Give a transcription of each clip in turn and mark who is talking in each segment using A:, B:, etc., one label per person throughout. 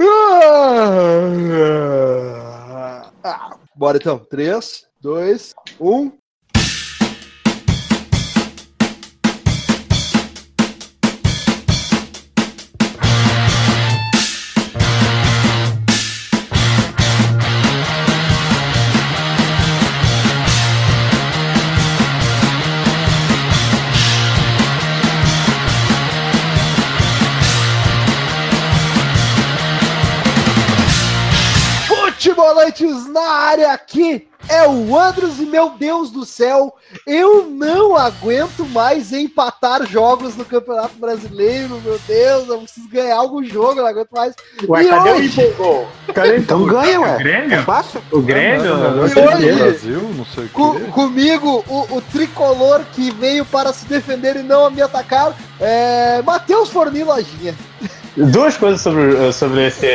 A: Ah! Bora então. um. 3, 2, 1. Futebolantes na área aqui é o Andros e meu Deus do céu, eu não aguento mais empatar jogos no Campeonato Brasileiro, meu Deus, eu preciso ganhar algum jogo, eu não aguento mais.
B: Ué,
A: e
B: cadê o
A: hoje,
B: empolgou? Cadê o
C: Então
B: empolgou?
C: ganha,
D: O
C: ué.
D: Grêmio?
C: É fácil.
B: O Grêmio?
A: hoje-
B: Grêmio?
C: Brasil, não sei o é.
A: co-
C: quê.
A: comigo, o, o tricolor que veio para se defender e não a me atacar, é Matheus Forni Lojinha.
B: Duas coisas sobre, sobre esse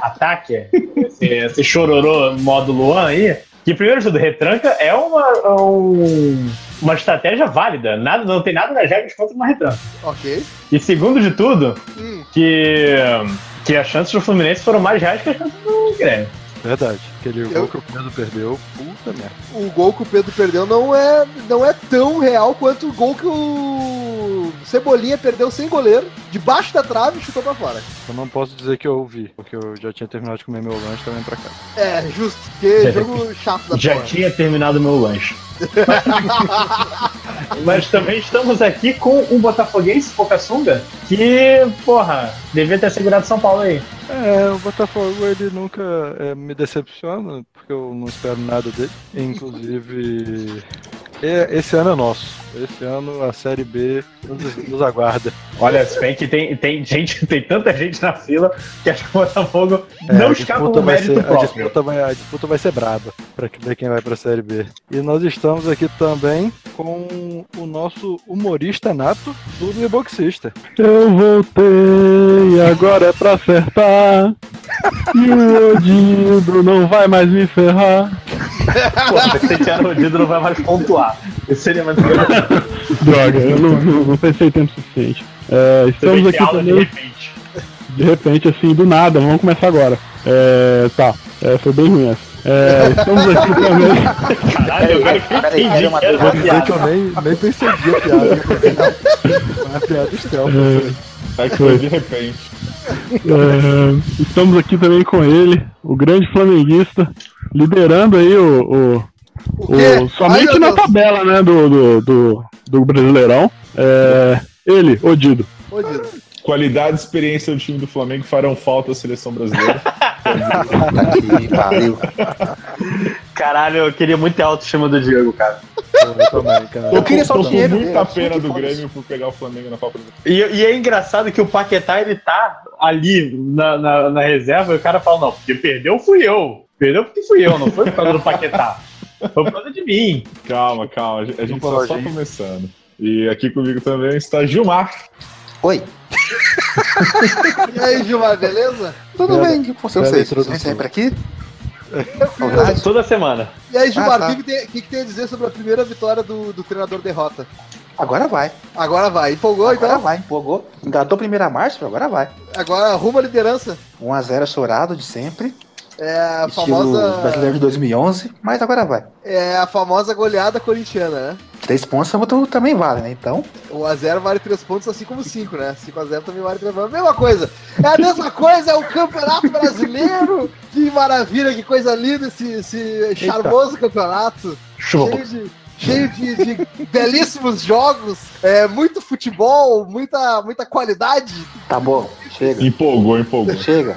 B: ataque, esse, esse chororô modo Luan aí. Que primeiro de tudo, retranca é uma, um- uma estratégia válida. Nada, não tem nada nas regras contra uma retranca.
A: Ok.
B: E segundo de tudo,
A: Hum,
B: que, que as chances do Fluminense foram mais reais que as chances do Grêmio.
C: Verdade. Aquele
A: Eu-
C: gol que o Pedro perdeu, puta merda.
A: o gol que o Pedro perdeu não é, não é tão real quanto o gol que o Cebolinha perdeu sem goleiro, debaixo da trave e chutou pra fora.
C: Eu não posso dizer que eu ouvi, porque eu já tinha terminado de comer meu lanche também pra cá.
A: É, justo, porque jogo chato da
B: Já
A: porra.
B: tinha terminado o meu lanche. Mas também estamos aqui com um botafoguense, Pocassunga, que, porra, devia ter segurado São Paulo aí.
C: É, o Botafogo ele nunca é, me decepciona, porque eu não espero nada dele. Inclusive, é, esse ano é nosso. Esse ano a Série B nos, nos aguarda.
B: Olha, se bem que tem, tem gente, tem tanta gente na fila que acho que o Botafogo
C: É,
B: não
C: a
B: escapa
C: disputa
B: do
C: vai
B: mérito
C: ser- a
B: próprio.
C: disputa, vai, a disputa vai ser braba para ver quem vai para a Série B. E nós estamos aqui também com o nosso humorista nato, do Boxista. Eu voltei, agora é para acertar. E o Odindo não vai mais me ferrar.
B: Pô, se você tiver rodido, não vai mais pontuar. Isso seria mais um legal.
E: Droga, eu não, não, não pensei tempo suficiente. É,
B: Também
E: estamos
B: tem
E: aqui
B: aula de
E: também,
B: repente.
E: de repente, assim, do nada, vamos começar agora. É, tá, É, foi bem ruim essa. É, estamos aqui também.
B: Caralho, eu quero
F: É, Peraí, peraí, uma
B: quero uma
F: coisa.
C: Dizer que
B: piada.
C: eu nem, nem percebi a piada. né? tá- Foi uma piada estelfa.
E: É, foi de repente. é, estamos aqui também com ele, o grande flamenguista, liderando aí o, o,
A: O
E: o-
A: quê?
E: somente
A: Ai, meu
E: na
A: Deus.
E: tabela, né, do, do, do, do Brasileirão. É, ele, Odido.
A: Ô, Dido.
G: Qualidade e experiência do time do Flamengo farão falta à seleção brasileira.
F: Puta que pariu.
B: Caralho, eu queria muito ter autoestima do Diego, cara.
C: Eu também, cara.
F: Eu queria só
G: Tô
F: o
G: com
F: dinheiro dele,
G: muita
F: assunto
G: pena
F: e
G: do
F: foda-se.
G: Grêmio por pegar o Flamengo na Copa do Mundo.
B: E, e é engraçado que o Paquetá, ele tá ali na, na, na reserva e o cara fala, não, porque perdeu fui eu. Perdeu porque fui eu, não foi por causa do Paquetá. Foi por causa de mim.
G: Calma, calma. A gente a gente
C: Vamos falar,
G: tá só
C: gente.
G: começando. E aqui comigo também está Gilmar.
F: Oi,
A: E aí, Gilmar, beleza?
F: tudo
C: Pera-
F: bem que com
C: pera
F: vocês?
C: aí,
F: Vocês sempre aqui?
B: Mas Toda semana.
A: E aí, Gilmar, o
F: Ah, tá.
A: que, que, tem- que que tem a dizer sobre a primeira vitória do, do treinador derrota?
F: Agora vai.
A: Agora vai, empolgou
F: Agora
A: então?
F: vai, empolgou. Engatou a primeira marcha, agora vai.
A: Agora arruma a liderança.
F: 1x0 chorado de sempre.
A: É a
F: Estilo
A: famosa,
F: brasileiro de 2011, mas agora vai.
A: é a famosa goleada corintiana, né?
F: Três pontos então, também vale, né? Então,
A: O a 0 vale 3 pontos, assim como 5, né? 5 a 0 também vale 3 pontos. Mesma coisa. É a mesma coisa, é o Campeonato Brasileiro. Que maravilha, que coisa linda esse, esse charmoso campeonato.
B: Chupa.
A: cheio de, cheio de, de belíssimos jogos, é, muito futebol, muita, muita qualidade.
F: tá bom. Chega,
G: Empolgou, empolgou.
F: chega.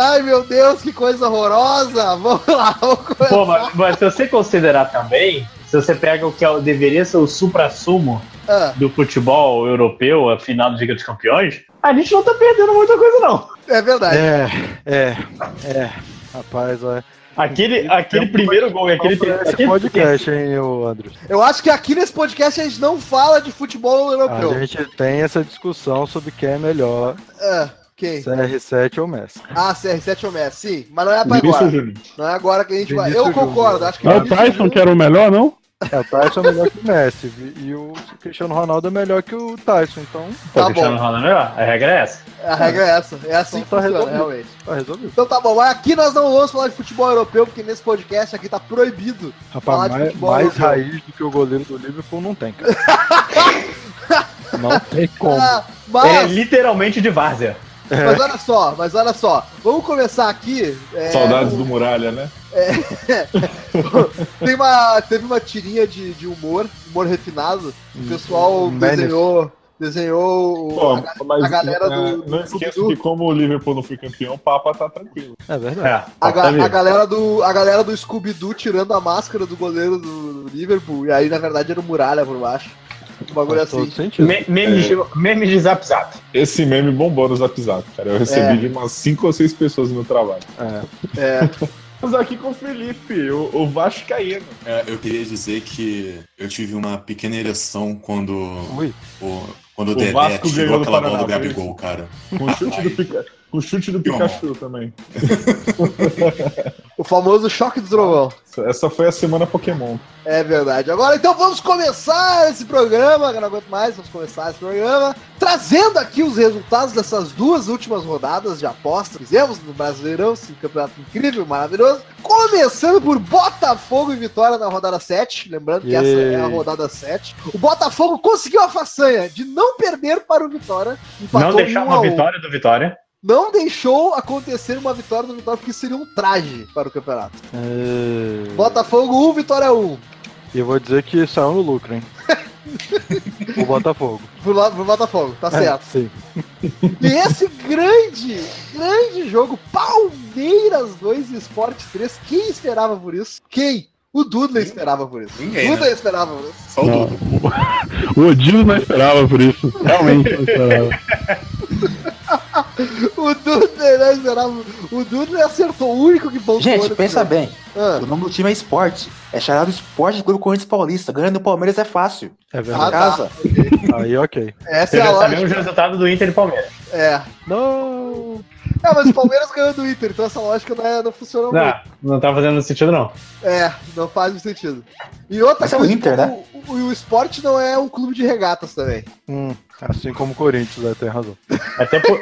A: Ai meu Deus, que coisa horrorosa! Vamos lá, vamos começar.
B: Pô, mas, mas se você considerar também, se você pega o que é o- deveria ser o supra-sumo
A: Ah,
B: do futebol europeu, a final da Liga dos Campeões, a gente não tá perdendo muita coisa, não.
A: é verdade.
C: É, é, é. Rapaz, olha.
A: um
B: Aquele, aquele primeiro gol, aquele,
C: Vamos pra esse
B: aquele
C: podcast, hein, ô Andros?
A: Eu acho que aqui nesse podcast a gente não fala de futebol europeu.
C: A gente tem essa discussão sobre quem é melhor,
A: Ah, ok.
C: CR7 ou é Messi.
A: Ah, CR7 ou Messi. Sim, mas não é pra
G: Vinícius
A: agora.
G: Júnior.
A: Não é agora que a gente vai.
C: Vinícius
A: Eu concordo,
C: Júnior.
A: acho que
E: Não é o
A: Vinícius
E: Tyson
A: Júnior-
E: que era o melhor, não?
C: É, o Tyson é melhor que o Messi. vi- E o Cristiano Ronaldo é melhor que o Tyson, então
B: Pô,
A: Tá
B: Cristiano
A: bom.
B: Ronaldo é melhor. A regra é essa.
A: A regra é essa. É assim
C: Então
A: que
C: tá
A: funciona,
C: resolvido.
A: realmente.
C: tá resolvido.
A: Então tá bom, mas aqui nós não vamos falar de futebol europeu, porque nesse podcast aqui tá proibido. Falar
C: Rapaz,
A: de
C: mais,
A: futebol, né?
C: mais
A: meu.
C: raiz do que o goleiro do Liverpool não tem, cara. não tem como.
A: Ah,
B: Ele é
A: mas,
B: literalmente de várzea.
A: mas olha só, mas olha só. Vamos começar aqui. é,
G: Saudades do Muralha, né?
A: Tem uma, teve uma tirinha de, de humor, humor refinado. O pessoal
C: Menes.
A: desenhou, desenhou o-
G: Pô, mas é,
A: a galera do-
G: não
A: do
G: esqueça
A: Dudu.
G: que como o Liverpool não foi campeão, o Papa tá tranquilo.
C: É verdade.
B: É,
A: a, ga-
B: tá vendo?
A: a galera do a galera do Scooby Doo tirando a máscara do goleiro do Liverpool e aí na verdade era o muralha por baixo. Um bagulho
C: Faz todo
A: assim.
C: sentido.
B: Me- memes, de, memes de zap zap.
G: Esse meme bombou no Zap Zap, cara. Eu recebi
A: É.
G: de umas 5 ou 6 pessoas no trabalho.
C: É.
A: É,
G: Estamos aqui com o Felipe, o, o Vascaíno.
D: É, eu queria dizer que eu tive uma pequena ereção quando
C: Ui,
D: o, quando o,
G: O
D: Dedé
G: Vasco
D: tirou
G: ganhou do
D: aquela bola do
G: Paranavaí.
D: Gabigol, cara.
G: Com o chute do, Pica... com o chute do
D: Que
G: Pikachu também.
A: o famoso choque do trovão.
G: Essa- Essa foi a semana Pokémon.
A: É verdade. Agora então vamos começar esse programa, que eu não aguento mais, vamos começar esse programa, trazendo aqui os resultados dessas duas últimas rodadas de aposta que fizemos no Brasileirão, esse campeonato incrível, maravilhoso. Começando por Botafogo e Vitória na rodada 7, lembrando que essa é a
C: Yay.
A: rodada 7. O Botafogo conseguiu a façanha de não perder para o Vitória,
B: Não deixar
A: um
B: uma
A: a um.
B: vitória do Vitória.
A: Não deixou acontecer uma vitória do Vitória, porque seria um traje para o campeonato.
C: é...
A: Botafogo 1, Vitória 1.
C: E eu vou dizer que saiu no lucro, hein? o Botafogo. É,
A: Pro, lado- pro Botafogo,
B: É.
A: tá certo.
C: Sim.
A: E esse grande, grande jogo, Palmeiras 2 e Sport 3. Quem esperava por isso? Quem? O Dudley esperava por isso.
D: Ninguém,
A: Dudley
D: né?
A: esperava por isso.
D: Só o Dudu.
E: O Odilo não esperava por isso. Realmente não esperava.
A: O Dudley não esperava. O Dudley acertou o único que pontuou.
F: Gente,
A: nesse
F: pensa
A: jogo.
F: bem.
A: Ah,
F: O nome do time é Esporte. É charado Esporte Clube Corinthians Paulista. Ganhando do Palmeiras é fácil.
C: É
A: Ah,
F: Em
A: tá.
C: verdade.
F: casa.
C: Aí, ok.
A: essa
B: Você
A: é a
B: já
D: tá
B: sabemos o
A: lógica.
B: resultado do Inter e Palmeiras.
A: É.
C: Não!
A: é, mas o Palmeiras ganhou do Inter, então essa lógica não, é- não funciona muito.
B: Não, não tá fazendo sentido, não.
A: É, não faz muito sentido. E outra
F: Mas é o
A: coisa,
F: Inter, né?
A: o, o, o esporte não é um clube de regatas também.
C: Hum, assim como o Corinthians, né? tem razão.
B: É Até por...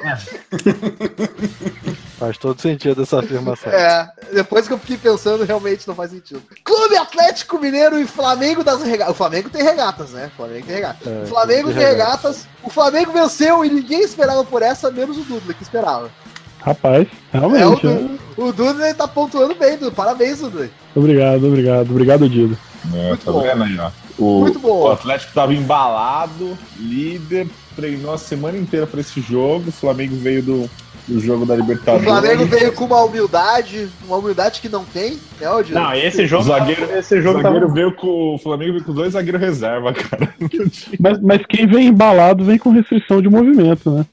C: Faz todo sentido essa afirmação.
A: É, depois que eu fiquei pensando, realmente não faz sentido. Clube Atlético Mineiro e Flamengo das regatas. O Flamengo tem regatas, né? O Flamengo tem regatas.
C: É,
A: O Flamengo
C: de
A: tem regatas. O Flamengo venceu e ninguém esperava por essa, menos o Dudley, que esperava.
E: Rapaz,
A: É, o,
E: realmente. né?
A: Du- o Dudley tá pontuando bem, Dudley. Parabéns, Dudley.
E: Obrigado, obrigado. Obrigado, Dido.
G: É,
A: Muito
G: tá
A: bom.
G: vendo aí, ó? O,
A: Muito bom.
G: o Atlético tava embalado, líder, treinou a semana inteira pra esse jogo. O Flamengo veio do, do jogo da
A: O
G: Libertadores.
A: Flamengo veio com uma humildade, uma humildade que não tem, né, Odir?
B: Não, esse jogo.
G: Zagueiro-
B: esse
G: O
B: jogo tá
G: zagueiro veio com o Flamengo veio com dois zagueiros reserva, cara.
E: Mas, mas quem vem embalado vem com restrição de movimento, né?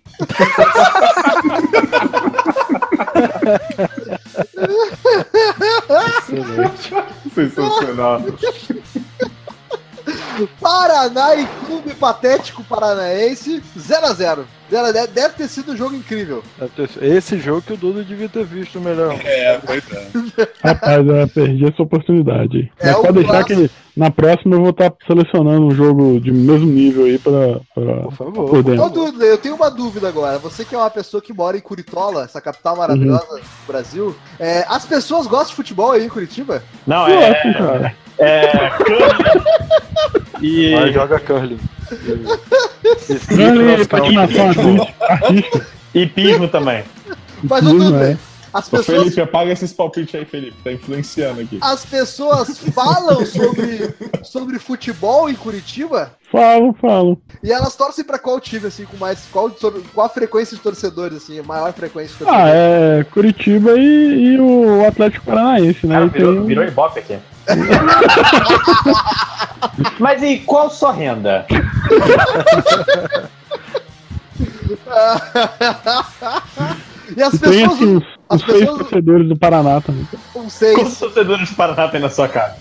G: Sensacional.
A: Paraná e Clube Patético Paranaense, 0x0. 0x0. Deve ter sido um jogo incrível.
C: Deve ter sido- É, Esse jogo que o Dudu devia ter visto melhor.
D: É, pois é.
E: Rapaz, eu perdi essa oportunidade.
A: É
E: Mas
A: o
E: pode deixar
A: clássico.
E: que na próxima eu vou estar selecionando um jogo de mesmo nível aí pra. pra...
C: Por favor.
E: Por dentro.
A: Ô, Dudley, eu tenho uma dúvida agora. Você que é uma pessoa que mora em Curitola, essa
E: Uhum.
A: capital maravilhosa do Brasil, é, as pessoas gostam de futebol aí em Curitiba?
B: Não,
E: Eu
B: é.
E: acho, cara.
B: é Kahneman e.
C: Aí joga curling. E- e-
E: Não, ele
C: e-
E: é patinação artística. artística.
B: E pismo também.
A: Mas, ô,
E: Sim,
A: Dudley,
E: é.
A: as
G: Ô,
A: pessoas,
G: Felipe, apaga esses palpites aí, Felipe. Tá influenciando aqui.
A: as pessoas falam sobre, sobre futebol em Curitiba
E: Falo, falo.
A: e elas torcem pra qual time, assim, com mais. Qual, sobre- qual a frequência de torcedores, assim, a maior frequência de
E: Ah,
A: torcedores?
E: é Curitiba e, e o Atlético Paranaense, né?
B: Cara,
E: E
B: Ah, virou,
E: tem-
B: virou ibope aqui. Mas e qual sua renda?
A: e as
E: Tem
A: pessoas. um
E: assim, uns,
A: as
E: uns seis
A: pessoas-
E: torcedores do Paraná também.
A: Não sei.
B: Quantos torcedores do Paraná tem na sua casa?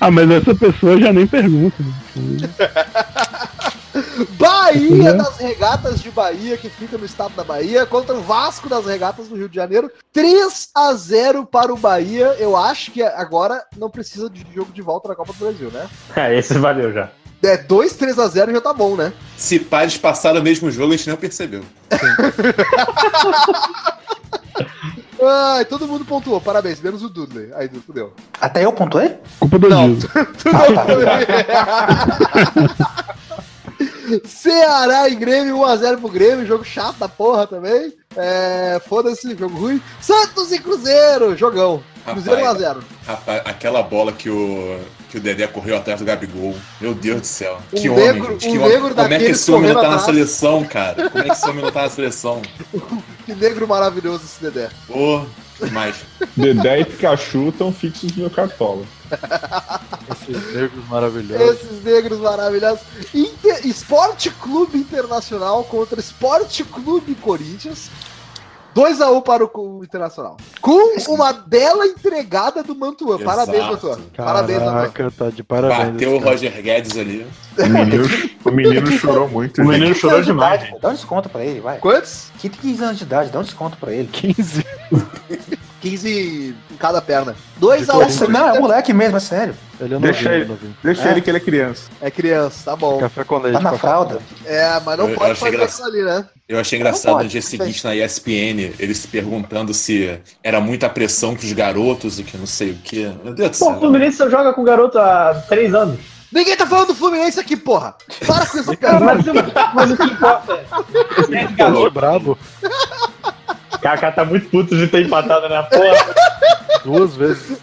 E: Ah, mas essa pessoa já nem pergunta. né?
A: Bah, Bahia
E: Entendeu?
A: das Regatas de Bahia, que fica no estado da Bahia, contra o Vasco das Regatas do Rio de Janeiro. 3 a 0 para o Bahia. Eu acho que agora não precisa de jogo de volta na Copa do Brasil, né?
B: É, esse valeu já.
A: É 2, 3 a 0 já tá bom, né?
D: Se pá, eles passaram o mesmo jogo, a gente não percebeu.
A: Ai, todo mundo pontuou, parabéns, menos o Dudley. Aí, Dudley, fudeu.
F: Até eu pontuei?
E: Culpa do
A: Não.
E: Gil.
A: Ceará e Grêmio, 1x0 pro Grêmio, jogo chato da porra também. É, foda-se, jogo ruim. Santos e Cruzeiro, jogão. Cruzeiro
D: Rapaz.
A: 1x0.
D: Rapaz, aquela bola que o, que o Dedé correu atrás do Gabigol. Meu Deus do céu.
A: Um
D: que
A: negro-
D: homem, gente.
A: um
D: que
A: negro
D: homem. Como é que
A: daqueles
D: esse homem não tá
A: correndo
D: na
A: atrás.
D: seleção, cara? Como é que esse homem não tá na seleção?
A: Que negro maravilhoso esse Dedé.
D: Pô, demais.
G: Dedé e Pikachu estão fixos no meu cartola.
C: Esses negros maravilhosos.
A: Esses negros maravilhosos. Inter... Esporte Clube Internacional contra Esporte Clube Corinthians. 2x1 para o Clube Internacional. Com uma bela entregada do Mantuan. Parabéns,
D: Exato.
A: Mantuan. Parabéns, Mantuan.
C: Caraca, tá de parabéns.
D: Bateu o
C: esse cara.
D: Roger Guedes ali.
G: O menino, o menino chorou muito.
B: O
G: gente.
B: menino chorou
F: anos de
B: demais,
F: idade,
B: gente.
F: pô, Dá um desconto pra ele, vai.
A: Quantos?
F: Que tem 15 anos de idade, dá um desconto pra ele.
C: 15.
A: 15 em cada perna. 2 a 1
F: Nossa, não, é moleque mesmo, é sério.
C: Ele é
G: Deixa
C: novinho,
G: ele.
C: novinho.
G: Deixa ele que ele é criança.
A: É criança, tá bom.
C: Café com leite.
F: Tá na
C: café
F: fralda.
A: É, mas
D: Eu-
A: não
D: eu
A: pode
D: achei
A: fazer
D: engraçado.
A: isso ali, né?
D: Eu achei engraçado
F: pode,
D: no dia
F: não
D: seguinte na ESPN, eles se perguntando se era muita pressão que os garotos e que não sei o quê. Meu Deus do
B: Pô, o
D: céu.
B: Fluminense só joga com o garoto há três anos.
A: Ninguém tá falando do Fluminense aqui, porra. Para com essa perna.
B: Mas, o- mas o que importa é. Esse é de
C: com leite.
B: garoto.
C: brabo.
B: Kaká tá muito puto de ter empatado na porra.
C: Duas vezes.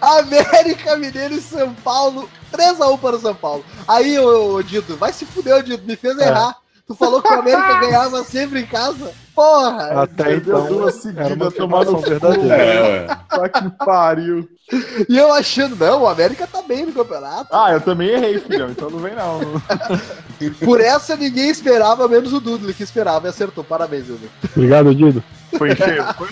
A: América Mineiro e São Paulo. 3x1 para o São Paulo. Aí, ô, ô, Dido, vai se fuder, ô, Dido. Me fez errar. Tu falou que o América ganhava sempre em casa. Porra.
C: Até
G: Perdeu
C: então.
G: duas
C: Era uma
G: seguidas, tomando
C: informação
G: cu.
C: verdadeira.
D: É, ué.
G: Tá que pariu.
A: E eu achando, não, o América tá bem no campeonato.
G: Ah, eu também errei, filhão. Então não vem não.
A: Por essa ninguém esperava, menos o Dudley que esperava e acertou. Parabéns, Dudley.
E: Obrigado, Dido.
G: Foi encher. Foi...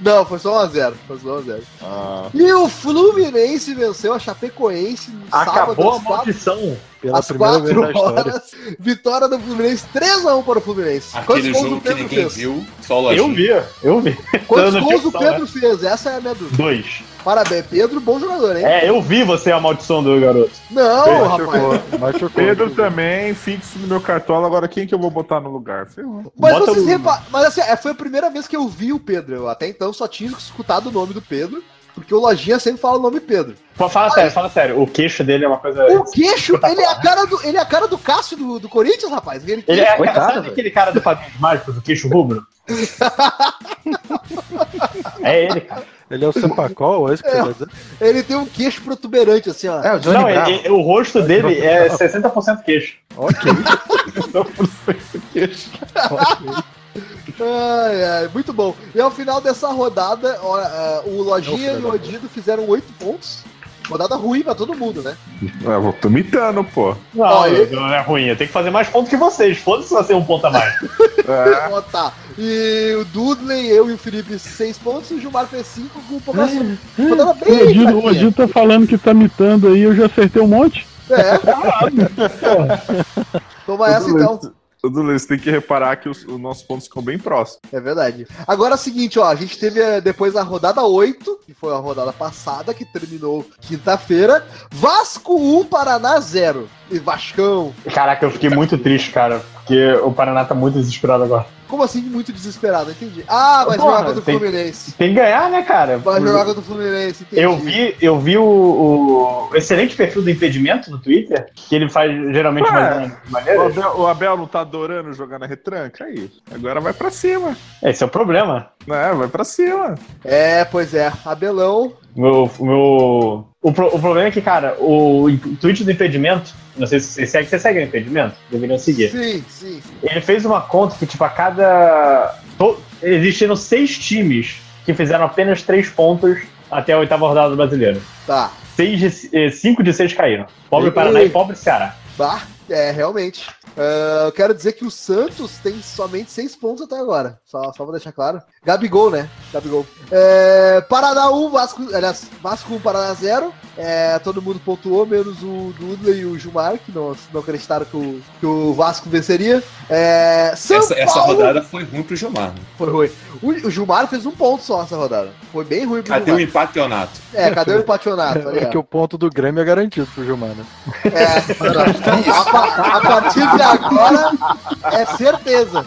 A: Não, foi só 1x0. Foi só 1x0.
G: Ah,
A: E o Fluminense venceu a Chapecoense no
B: Acabou a
A: às quatro,
B: maldição.
C: Pela
A: às
C: primeira vez na
A: quatro
C: história.
A: horas. Vitória do Fluminense 3x1 para o Fluminense.
D: Aquele
A: gols
D: jogo
A: o
D: que
A: Pedro
D: ninguém
A: fez?
D: viu, só o
B: Eu
D: Lojinha.
B: vi, eu vi.
A: Quantos
B: Dando
A: gols o
B: ficção,
A: Pedro fez? Essa é a minha dúvida.
B: Dois.
A: Parabéns, Pedro, bom jogador, hein?
B: É, eu vi você a maldição do garoto.
A: Não,
G: Pedro,
A: rapaz.
C: Machucou, machucou.
G: Pedro também, fixo no meu cartola. Agora quem que eu vou botar no lugar? Sei lá.
A: Mas
B: tipo, Bota um-
A: vocês
B: o-
A: reparam. Mas assim, é, foi a primeira vez que eu vi o Pedro. Eu até então só tinha escutado o nome do Pedro. Porque o Lojinha sempre fala o nome Pedro.
B: Pô, Fala sério, fala sério. O queixo dele é uma coisa.
A: O queixo, ele é a cara do, ele é a cara do Cássio do, do Corinthians, rapaz. Aquele
B: Ele é
A: queixo.
B: aquela-
F: Coitado,
B: sabe
F: velho.
B: aquele cara do Padrinhos Mágicos, o queixo rubro? é ele, cara.
C: Ele é o Sempacol, é isso que você quer dizer?
A: Ele tem um queixo protuberante, assim, ó.
F: É, o Johnny
B: Não,
F: Bravo.
B: ele- ele- o rosto dele é 60% queixo.
C: Ok.
A: Ai, ai, muito bom. E ao final dessa rodada, ó, ah, o Lojinha
C: Não,
A: e o Odido fizeram oito pontos. Rodada ruim pra todo mundo, né?
G: Ah, eu vou tô mitando, pô.
B: Não,
A: Ó, eu-
B: não é ruim. Eu tenho que fazer mais pontos que vocês. Foda-se se você é um ponto a mais.
G: É,
A: Ó, tá. E o Dudley, eu e o Felipe, seis pontos. E o Gilmar fez cinco com o
B: É.
A: Pocassum. Rodada
E: O
A: bem
E: Odilo, o
A: fraquinha.
E: Odilo tá falando que tá mitando aí, eu já acertei um monte.
A: É. Toma essa então.
G: Ô, Dulê, você tem que reparar que os, os nossos pontos ficam bem próximos.
A: É verdade. Agora é o seguinte, ó, a gente teve eh, depois a rodada 8, que foi a rodada passada, que terminou quinta-feira. Vasco 1, Paraná 0. E Vascão.
B: Caraca, eu fiquei muito triste, cara. Porque o Paraná tá muito desesperado agora.
A: Como assim muito desesperado? Entendi. Ah, vai
B: Porra,
A: jogar contra o
B: tem-
A: Fluminense.
B: Tem que ganhar, né, cara?
A: Vai jogar contra o Fluminense, entendi.
B: Eu vi, eu vi o, o excelente perfil do impedimento no Twitter, que ele faz geralmente
G: Ué.
B: mais
G: O
B: maneira.
G: Abel, o Abel não tá adorando jogar na retranca? Aí, agora vai pra cima.
B: Esse é o problema.
G: É, vai pra cima.
A: É, pois é. Abelão.
B: Meu, meu, o, pro- o problema é que, cara, o imp- tweet do impedimento, não sei se você segue, você segue o impedimento? Deveriam seguir.
A: Sim, sim. sim.
B: Ele fez uma conta que, tipo, a cada. to- Existiram seis times que fizeram apenas três pontos até a oitava rodada do brasileiro.
A: Tá.
B: Seis de- eh, cinco de seis caíram. Pobre
A: Ei.
B: Paraná e pobre Ceará.
A: Tá. É, realmente. Ah, eu quero dizer que o Santos tem somente seis pontos até agora. Só, só pra deixar claro. Gabigol, né? Gabigol. É, Paraná 1, Vasco. Aliás, Vasco 1, Paraná 0. É, todo mundo pontuou, menos o Dudley e o Gilmar, que não, não acreditaram que o, que o Vasco venceria. É, São
D: Essa, essa
A: Paulo
D: rodada foi ruim pro Gilmar. né?
A: foi ruim. O, o Gilmar fez um ponto só nessa rodada. Foi bem ruim pro
D: Cadê o
A: Gilmar.
D: empate, Leonato?
A: É, cadê o empationato?
C: É que o ponto do Grêmio é garantido pro Gilmar, né?
A: É, a, pa- a partir de agora é certeza.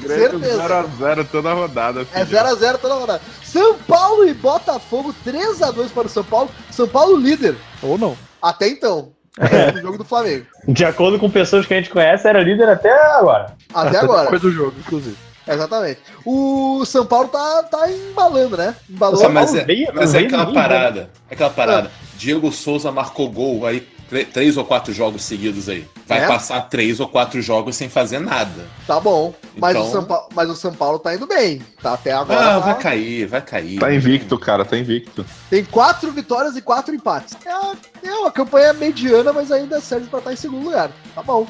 G: Grêmio
A: Certeza.
G: 0x0 toda a rodada.
A: É
G: filho.
A: 0x0 toda hora. São Paulo e Botafogo, 3x2 para o São Paulo. São Paulo líder,
C: Ou não.
A: até então. É. O jogo do Flamengo.
B: De acordo com pessoas que a gente conhece, era líder até agora.
A: Até
C: Foi
A: agora.
C: do jogo, inclusive.
A: Exatamente. O São Paulo tá, tá embalando, né? Embalou.
D: Nossa, mas é,
B: bem-
D: mas é
B: bem-
D: aquela
B: bem-
D: parada. É aquela parada. Diego Souza marcou gol aí tre- três ou quatro jogos seguidos aí. Vai
A: É?
D: passar três ou quatro jogos sem fazer nada.
A: Tá bom. Mas,
D: Então-
A: o São Paulo, mas o São Paulo tá indo bem. Tá até agora.
D: Ah,
A: tá-
D: vai cair, vai cair.
G: Tá invicto, cara, tá invicto.
A: Tem quatro vitórias e quatro empates. É, uma- é uma campanha mediana, mas ainda serve pra estar em segundo lugar. Tá bom.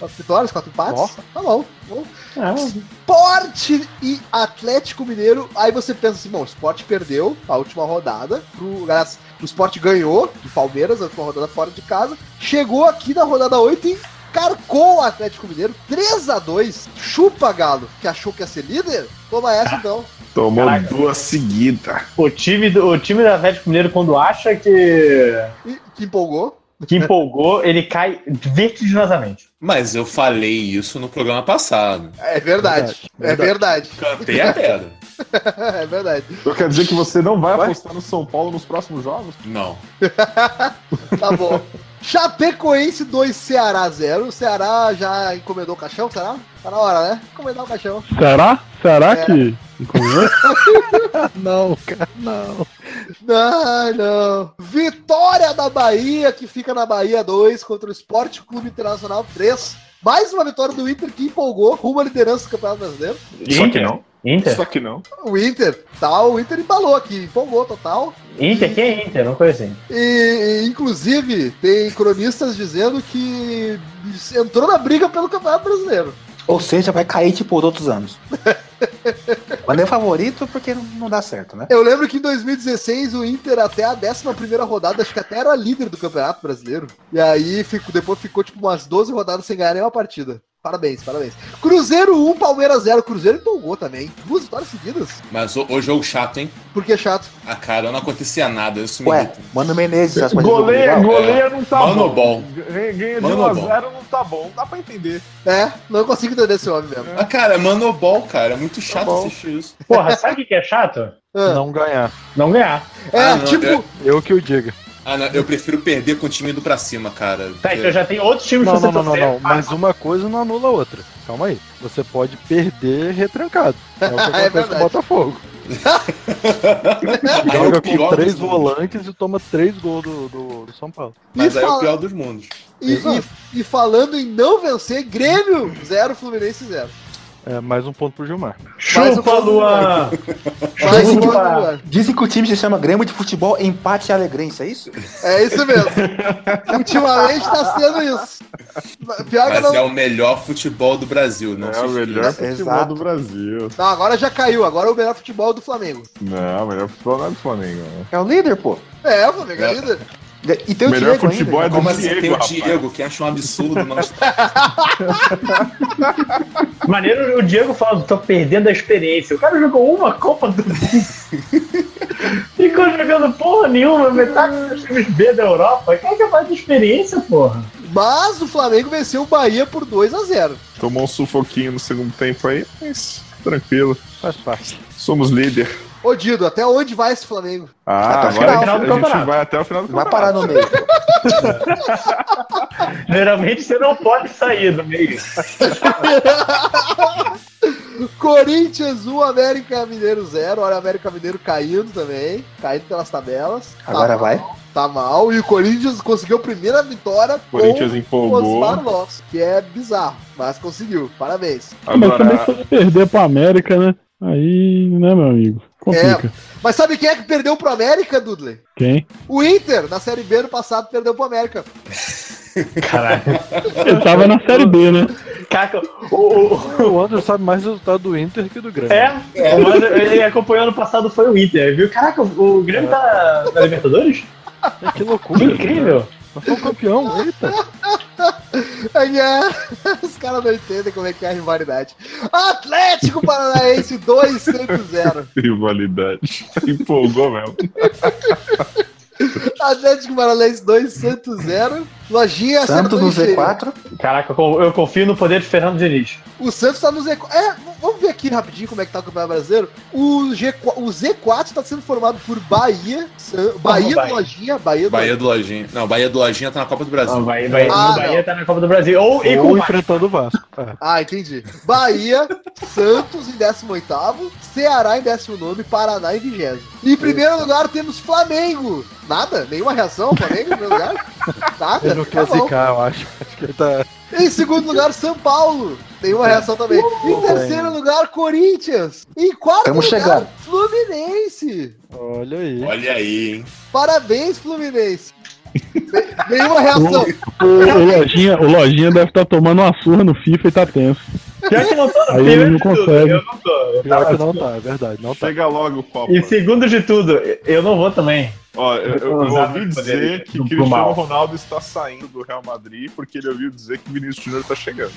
A: Quatro vitórias, quatro empates.
C: Nossa.
A: Tá bom. bom. Sport e Atlético Mineiro. Aí você pensa assim, bom, o Sport perdeu a última rodada. Pro, aliás, o Sport ganhou do Palmeiras, a última rodada fora de casa. Chegou aqui na rodada 8 e carcou o Atlético Mineiro. 3 a 2 Chupa, Galo, que achou que ia ser líder. Toma essa, então.
G: Tomou
B: Caraca.
G: duas seguidas.
B: O time, do, o time do Atlético Mineiro, quando acha que,
A: E, que empolgou.
B: que empolgou, ele cai vertiginosamente.
D: Mas eu falei isso no programa passado.
A: É verdade. É verdade.
D: Cantei a pedra.
A: É verdade.
G: Eu quero dizer que você não vai apostar no São Paulo nos próximos jogos?
D: Não.
A: Tá bom. Chapecoense 2, Ceará 0. O Ceará já encomendou o caixão, será? Tá na hora, né? Encomendar o caixão.
E: Será? Será
A: É.
E: que.
C: Não, cara, não.
A: Não, não. Vitória da Bahia, que fica na Bahia 2 contra o Esporte Clube Internacional 3. Mais uma vitória do Inter que empolgou rumo à liderança do Campeonato Brasileiro.
G: Só que não.
B: Inter?
G: Só que não.
A: O Inter, tá? O Inter embalou aqui, empolgou total.
B: Inter? Quem é Inter? Não conheci.
A: E, inclusive, tem cronistas dizendo que entrou na briga pelo Campeonato Brasileiro.
F: Ou seja, vai cair tipo os outros anos. Mas não é favorito porque não- não dá certo, né?
A: Eu lembro que em 2016 o Inter até a 11ª rodada, acho que até era líder do Campeonato Brasileiro. E aí ficou, depois ficou tipo umas 12 rodadas sem ganhar nenhuma partida. Parabéns, parabéns. Cruzeiro 1, Palmeiras 0. Cruzeiro empolgou também. Duas vitórias seguidas.
D: Mas o, o jogo chato, hein?
A: Porque é chato.
D: A cara não acontecia nada. Isso me
F: Ué,
D: irrita.
F: Mano Menezes, as coisas do
G: Goleia,
F: Dorival.
G: goleia não tá
D: Mano
G: bom.
D: bom.
G: Ganha ganha de
D: Mano
G: 1x0 não tá bom. Dá pra entender.
A: É, não consigo entender esse homem mesmo.
D: Ah, cara, Manobol, cara. É muito chato assistir isso.
B: Porra, sabe o que que é chato?
A: Ah,
C: Não ganhar.
B: Não ganhar.
A: é,
D: Ah, não,
A: tipo,
D: eu-
C: Eu que o diga.
D: Ah, não, eu prefiro perder com o time indo pra cima, cara.
B: Tá, então já tem outros times
C: Não,
B: que
C: não,
B: você
C: não, não,
B: torcer.
C: não. Mas uma coisa não anula a outra. Calma aí. Você pode perder retrancado. É o que
A: É
C: acontece com o
A: verdade.
C: Botafogo.
D: É o
C: Joga
D: pior
C: com três
D: dos mundos.
C: volantes e toma três gols do, do, do São Paulo.
D: Mas
A: e,
D: aí é o
A: fala-
D: pior dos mundos.
A: e-
C: Exato.
A: e- e falando em não vencer, Grêmio 0, Fluminense 0.
C: É, mais um ponto pro Gilmar.
A: Mais um
B: Chupa,
A: ponto.
B: Luan!
A: Mais um
B: Chupa.
A: ponto pro Luan.
F: Dizem que o time se chama Grêmio de Futebol Empate e Alegrença, é isso?
A: É isso mesmo. Ultimamente tá sendo isso. Pior que eu
D: Mas
A: não
D: é o melhor futebol do Brasil, não
G: é
D: se
G: o
D: esqueça.
G: melhor futebol do
F: Exato.
G: Brasil.
A: Não, agora já caiu. Agora é o melhor futebol é do Flamengo.
G: Não, o melhor futebol não é do Flamengo. né?
F: É o líder, pô.
A: É, o Flamengo é
D: É.
A: líder.
F: E tem
G: O
F: o
G: melhor
F: Diego
G: futebol
F: ainda. né?
G: é do
D: Como assim
G: Diego,
D: tem o
G: rapaz.
D: Diego, que acha um absurdo nós
B: Maneiro o Diego falando, tô perdendo a experiência. O cara jogou uma Copa do Mundo. Ficou jogando porra nenhuma, metade dos times B da Europa. Quem é que faz experiência, porra?
A: Mas o Flamengo venceu o Bahia por 2 a 0
G: Tomou um sufoquinho no segundo tempo aí, mas tranquilo.
C: Faz parte.
G: Somos líder.
A: Ô Dido, até onde vai esse Flamengo?
G: Ah,
F: Até o
G: agora a
F: final
B: do
G: gente, a gente
B: campeonato.
G: vai até o final do
F: Vai
G: campeonato.
F: parar no meio.
B: Geralmente você não pode sair do meio.
A: Corinthians 1, América Mineiro 0. Olha, o América Mineiro caindo também. Caindo pelas tabelas. Tá-
F: Agora vai.
A: Tá mal. E o Corinthians conseguiu a primeira vitória
G: O Corinthians
A: com o Osmar
G: empolgou.
A: Lopes, que é bizarro, mas conseguiu. Parabéns.
E: Ah, Mas também
G: Agora,
E: se ele perder pro América, né? Aí, né, meu amigo? Complica.
A: Mas sabe quem é que perdeu pro América, Dudley?
E: Quem?
A: O Inter, na Série B no passado, perdeu pro América.
B: Caralho.
E: Ele tava na Série B, né?
B: Caca, o, o-
C: O André sabe mais resultado do Inter que do Grêmio.
B: é, mas ele acompanhou ano passado foi o Inter, viu? Caraca, o, o Grêmio tá na Libertadores?
C: É, que loucura.
B: Que incrível.
C: cara. Nós somos campeão, eita.
A: Aí, é, Os caras não entendem como é que é a rivalidade. Atlético Paranaense 2 100.
G: Rivalidade. Empolgou mesmo.
A: Atlético Paranaense 2 100. Lojinha
F: Santos no
A: acertou em cheio.
F: Z4.
B: Caraca, eu con- eu confio no poder de Fernando Diniz.
A: O Santos tá no Z4. É, v- vamos ver aqui rapidinho como é que tá o Campeonato Brasileiro. O, G4, o Z4 tá sendo formado por Bahia, San- Bahia,
B: Bahia.
A: do Lojinha, Bahia, do
D: Bahia do Lojinha. Não, Bahia do Lojinha tá na Copa do Brasil.
B: Não, Bahia, Bahia,
A: Ah,
B: o Bahia tá na Copa do Brasil. Ou, e com
C: Ou
B: o Vasco.
C: enfrentando o Vasco. É.
A: Ah, entendi. Bahia, Santos em 18º, Ceará em 19 Paraná em 20 Em primeiro lugar temos Flamengo. Nada? Nenhuma reação ao Flamengo em primeiro lugar?
C: Ele
A: Nada?
C: não
A: Tá
C: quer
A: bom.
C: zicar, eu acho. Acho que ele tá.
A: Em segundo lugar, São Paulo. Nenhuma reação também.
C: Uh!
A: Em terceiro lugar, Corinthians. Em quarto
F: Tamo
A: lugar,
F: chegando.
A: Fluminense.
C: Olha aí.
D: Olha aí, hein?
A: Parabéns, Fluminense. Nenhuma reação.
E: O, o lojinha, o lojinha deve estar tomando uma surra no FIFA e tá tenso.
B: Pior que não tô.
E: Aí ele não
B: de tudo,
E: consegue.
B: eu não tô. Eu
C: Pior que
B: tava-
C: não tá, é verdade. Não tá.
G: Chega logo o Copa.
B: E segundo de tudo, eu não vou também.
G: Ó, eu, eu- eu
B: Usado
G: ouvi
B: de
G: dizer
B: poder
G: que
B: pro
G: Cristiano
B: mal.
G: Ronaldo está saindo do Real Madrid porque ele ouviu dizer que o Vinícius Júnior está chegando.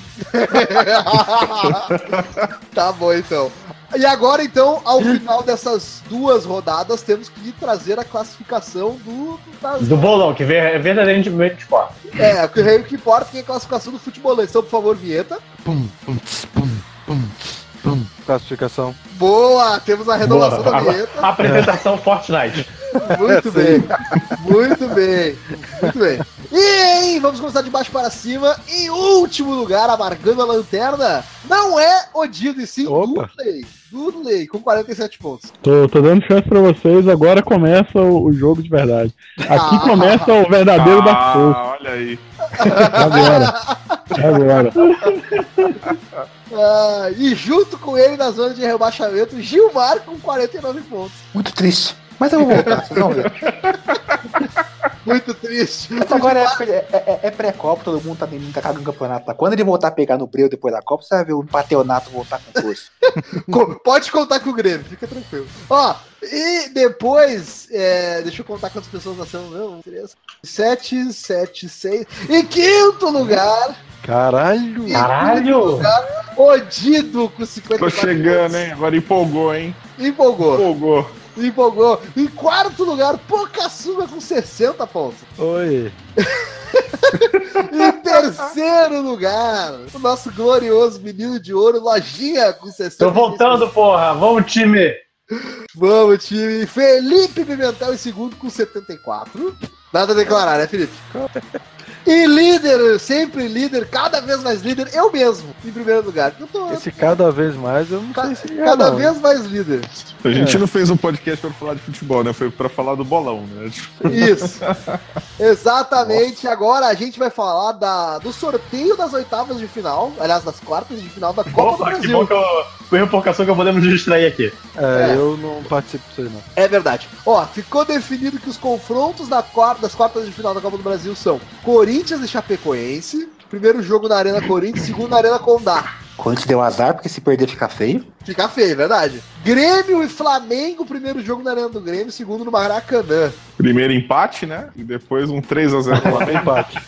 A: tá bom, então. E agora, então, ao final dessas duas rodadas, temos que trazer a classificação do. das-
B: Do bolão, que ver- é verdadeiramente forte.
A: é, o que- o que importa que é a classificação do futebol. Então, por favor, vinheta.
C: Pum, pum, tss, pum, pum, tss, pum. Classificação.
A: Boa! Temos a renovação
B: Boa.
A: da vinheta.
B: Apresentação Fortnite.
A: Muito bem. Muito bem. Muito bem. E hein, vamos começar de baixo para cima. Em último lugar, amargando a lanterna, não é Odido, e sim
C: Opa.
A: Dudley. Dudley, com 47 pontos.
E: Tô, tô dando chance pra vocês, agora começa o, o jogo de verdade. Aqui
A: Ah.
E: começa o verdadeiro Dark Souls.
G: ah, olha aí.
E: Agora. Agora.
A: Ah, e junto com ele na zona de rebaixamento, Gilmar com 49 pontos.
F: Muito triste. Mas eu vou voltar, vocês vão ver.
A: Muito triste.
F: Mas agora é, é- é- é pré-copa, todo mundo tá, tá cagando no campeonato. Tá? Quando ele voltar a pegar no breu depois da Copa, você vai ver o Pateonato voltar com força.
A: Co- Pode contar com o Grêmio, fica tranquilo. Ó, e depois, é, deixa eu contar quantas pessoas nasceram, não, três, sete, sete, seis. Em quinto lugar,
C: Caralho.
B: Caralho!
A: Odido com 50
G: Tô chegando, hein? Agora empolgou, hein?
A: Empolgou,
G: Empolgou.
A: empolgou. Em quarto lugar, Pocassuba com 60 pontos.
C: Oi.
A: Em terceiro lugar, o nosso glorioso menino de ouro, Lojinha com 60
B: Tô voltando, porra! Vamos, time!
A: Vamos, time. Felipe Pimentel em segundo com 74. Nada a declarar, né, Felipe? E líder, sempre líder, cada vez mais líder, eu mesmo, em primeiro lugar. Eu tô
C: Esse cada vez mais eu não
A: Ca-
C: sei se é,
A: cada
C: não, hein?
A: vez mais líder.
F: É.
G: A gente não fez um podcast pra falar de futebol, né? Foi pra falar do bolão, né?
A: Isso. Exatamente. Agora a gente vai falar da, do sorteio das oitavas de final, aliás, das quartas de final da Copa do
B: Opa, que
A: Brasil.
B: bom que eu. Erro por caçou que eu podemos distrair aqui.
C: É,
A: É.
C: eu não participo disso aí, não.
A: É verdade. Ó, ficou definido que os confrontos da quarta- das quartas de final da Copa do Brasil são Corinthians e Chapecoense. Primeiro jogo na Arena Corinthians, segundo na Arena Condá.
F: Corinthians deu azar, porque se perder fica feio.
A: Fica feio, é verdade. Grêmio e Flamengo, primeiro jogo na Arena do Grêmio, segundo no Maracanã.
G: Primeiro empate, né? E depois um 3x0 lá bem
C: Empate.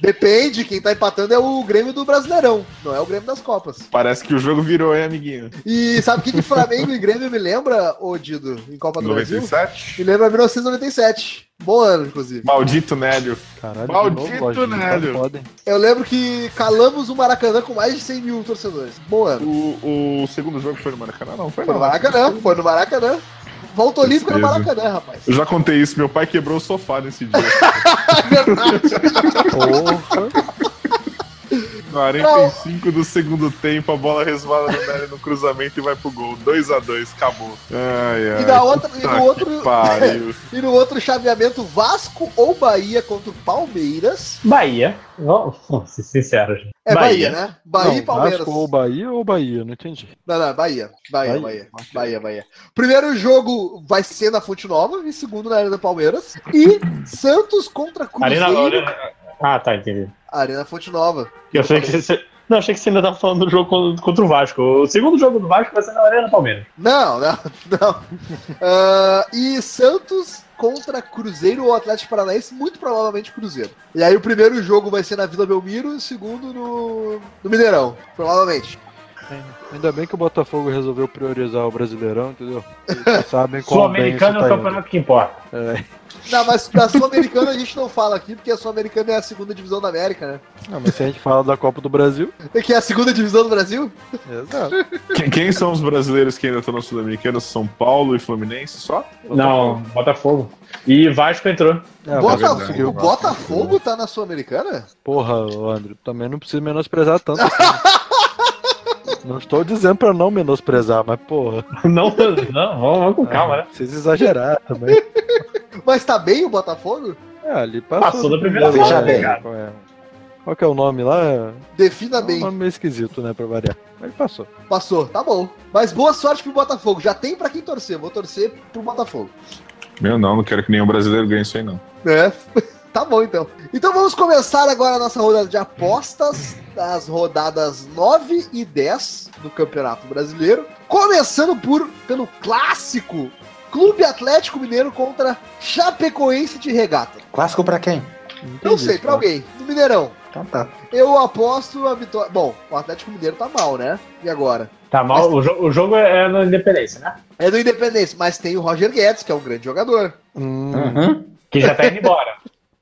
A: Depende, quem tá empatando é o Grêmio do Brasileirão, não é o Grêmio das Copas.
G: Parece que o jogo virou, hein, amiguinho?
A: E sabe o que, que Flamengo e Grêmio me lembra, ô Dido, em Copa do Brasil?
G: 97.
A: Me lembra 1997. Bom ano, inclusive.
G: Maldito Nélio.
C: Caralho,
G: Maldito
C: de novo, lojinha, tá
G: Nélio.
C: foda, hein?
A: Eu lembro que calamos o Maracanã com mais de 100 mil torcedores. Bom ano.
G: O, o segundo jogo foi no Maracanã? Não, foi
A: Foi no
G: não.
A: Maracanã, foi no Maracanã. Volta Olímpica no
G: Tristeza.
A: Maracanã, rapaz.
G: Eu já contei isso, meu pai quebrou o sofá nesse dia.
C: Porra.
G: 45 do segundo tempo, a bola resvala no Nélio no cruzamento e vai pro gol. 2x2, acabou. Ai, ai.
A: E, um- na outra, e, no outro,
G: Que pariu.
A: e no outro chaveamento, Vasco ou Bahia contra o Palmeiras.
B: Bahia. Vamos vamos ser sinceros.
A: É Bahia, né? Bahia e
C: Não,
A: Palmeiras.
C: Vasco ou Bahia ou Bahia, não entendi.
A: Não, não, Bahia. Bahia, Bahia.
C: Bahia.
A: Bahia, Bahia. Primeiro jogo vai ser na Fonte Nova e segundo na Arena do Palmeiras. E Santos contra Cruzeiro.
C: né?
B: Arena,
A: Arena,
B: Arena- Ah, tá, entendi.
A: Fonte Nova.
B: Eu sei que você- Não, achei que você ainda tava falando do jogo con- contra o Vasco. O segundo jogo do Vasco vai ser na Arena Palmeiras.
A: Não, não, não. Ah, e Santos contra Cruzeiro ou Atlético Paranaense, muito provavelmente Cruzeiro. E aí o primeiro jogo vai ser na Vila Belmiro e o segundo no, no Mineirão, provavelmente.
C: Ainda bem que o Botafogo resolveu priorizar o Brasileirão, entendeu? Eles sabem quão bem isso
B: Sul-Americano é o
C: tá
B: campeonato que importa.
C: indo. É.
A: Não, mas da Sul-Americana a gente não fala aqui, porque a Sul-Americana é a segunda divisão da América, né?
C: Não, mas se a gente fala da Copa do Brasil,
A: Que é a segunda divisão do Brasil?
C: exato.
G: Quem, quem são os brasileiros que ainda estão na Sul-Americana? São Paulo e Fluminense só?
B: Não, Botafogo. E Vasco entrou.
C: É,
A: Botafogo-
C: mas-
A: o Botafogo tá na Sul-Americana?
C: Porra, ô, André, também não precisa menosprezar tanto assim. Não estou dizendo pra não menosprezar, mas porra, é,
B: Não, não, vamos, vamos com calma, né?
C: vocês exageraram também.
A: Mas tá bem o Botafogo?
C: É, ali passou.
B: Passou
C: do
B: da primeira
C: primeiro
F: fase,
C: lugar,
F: né,
B: cara?
C: Qual, é? Qual que é o nome lá?
A: Defina
C: É um
A: Tá bem.
C: nome meio esquisito, né, pra variar. Mas passou.
A: Passou, tá bom. Mas boa sorte pro Botafogo. Já tem pra quem torcer. Vou torcer pro Botafogo.
G: Meu, não, não quero que nenhum brasileiro ganhe isso aí, não.
A: É. Tá bom, então. Então vamos começar agora a nossa rodada de apostas das rodadas 9 e 10 do Campeonato Brasileiro. Começando por pelo clássico Clube Atlético Mineiro contra Chapecoense de Regata.
F: Clássico pra quem?
A: Não sei,
C: né?
A: pra alguém. Do Mineirão.
F: Então tá.
A: Eu aposto a vitória. Bom, o Atlético Mineiro tá mal, né? E agora?
B: Tá mal. O, jo- o jogo é na Independência, né?
A: É do Independência, mas tem o Roger Guedes, que é um grande jogador.
C: Hum,
B: Que já tá indo embora.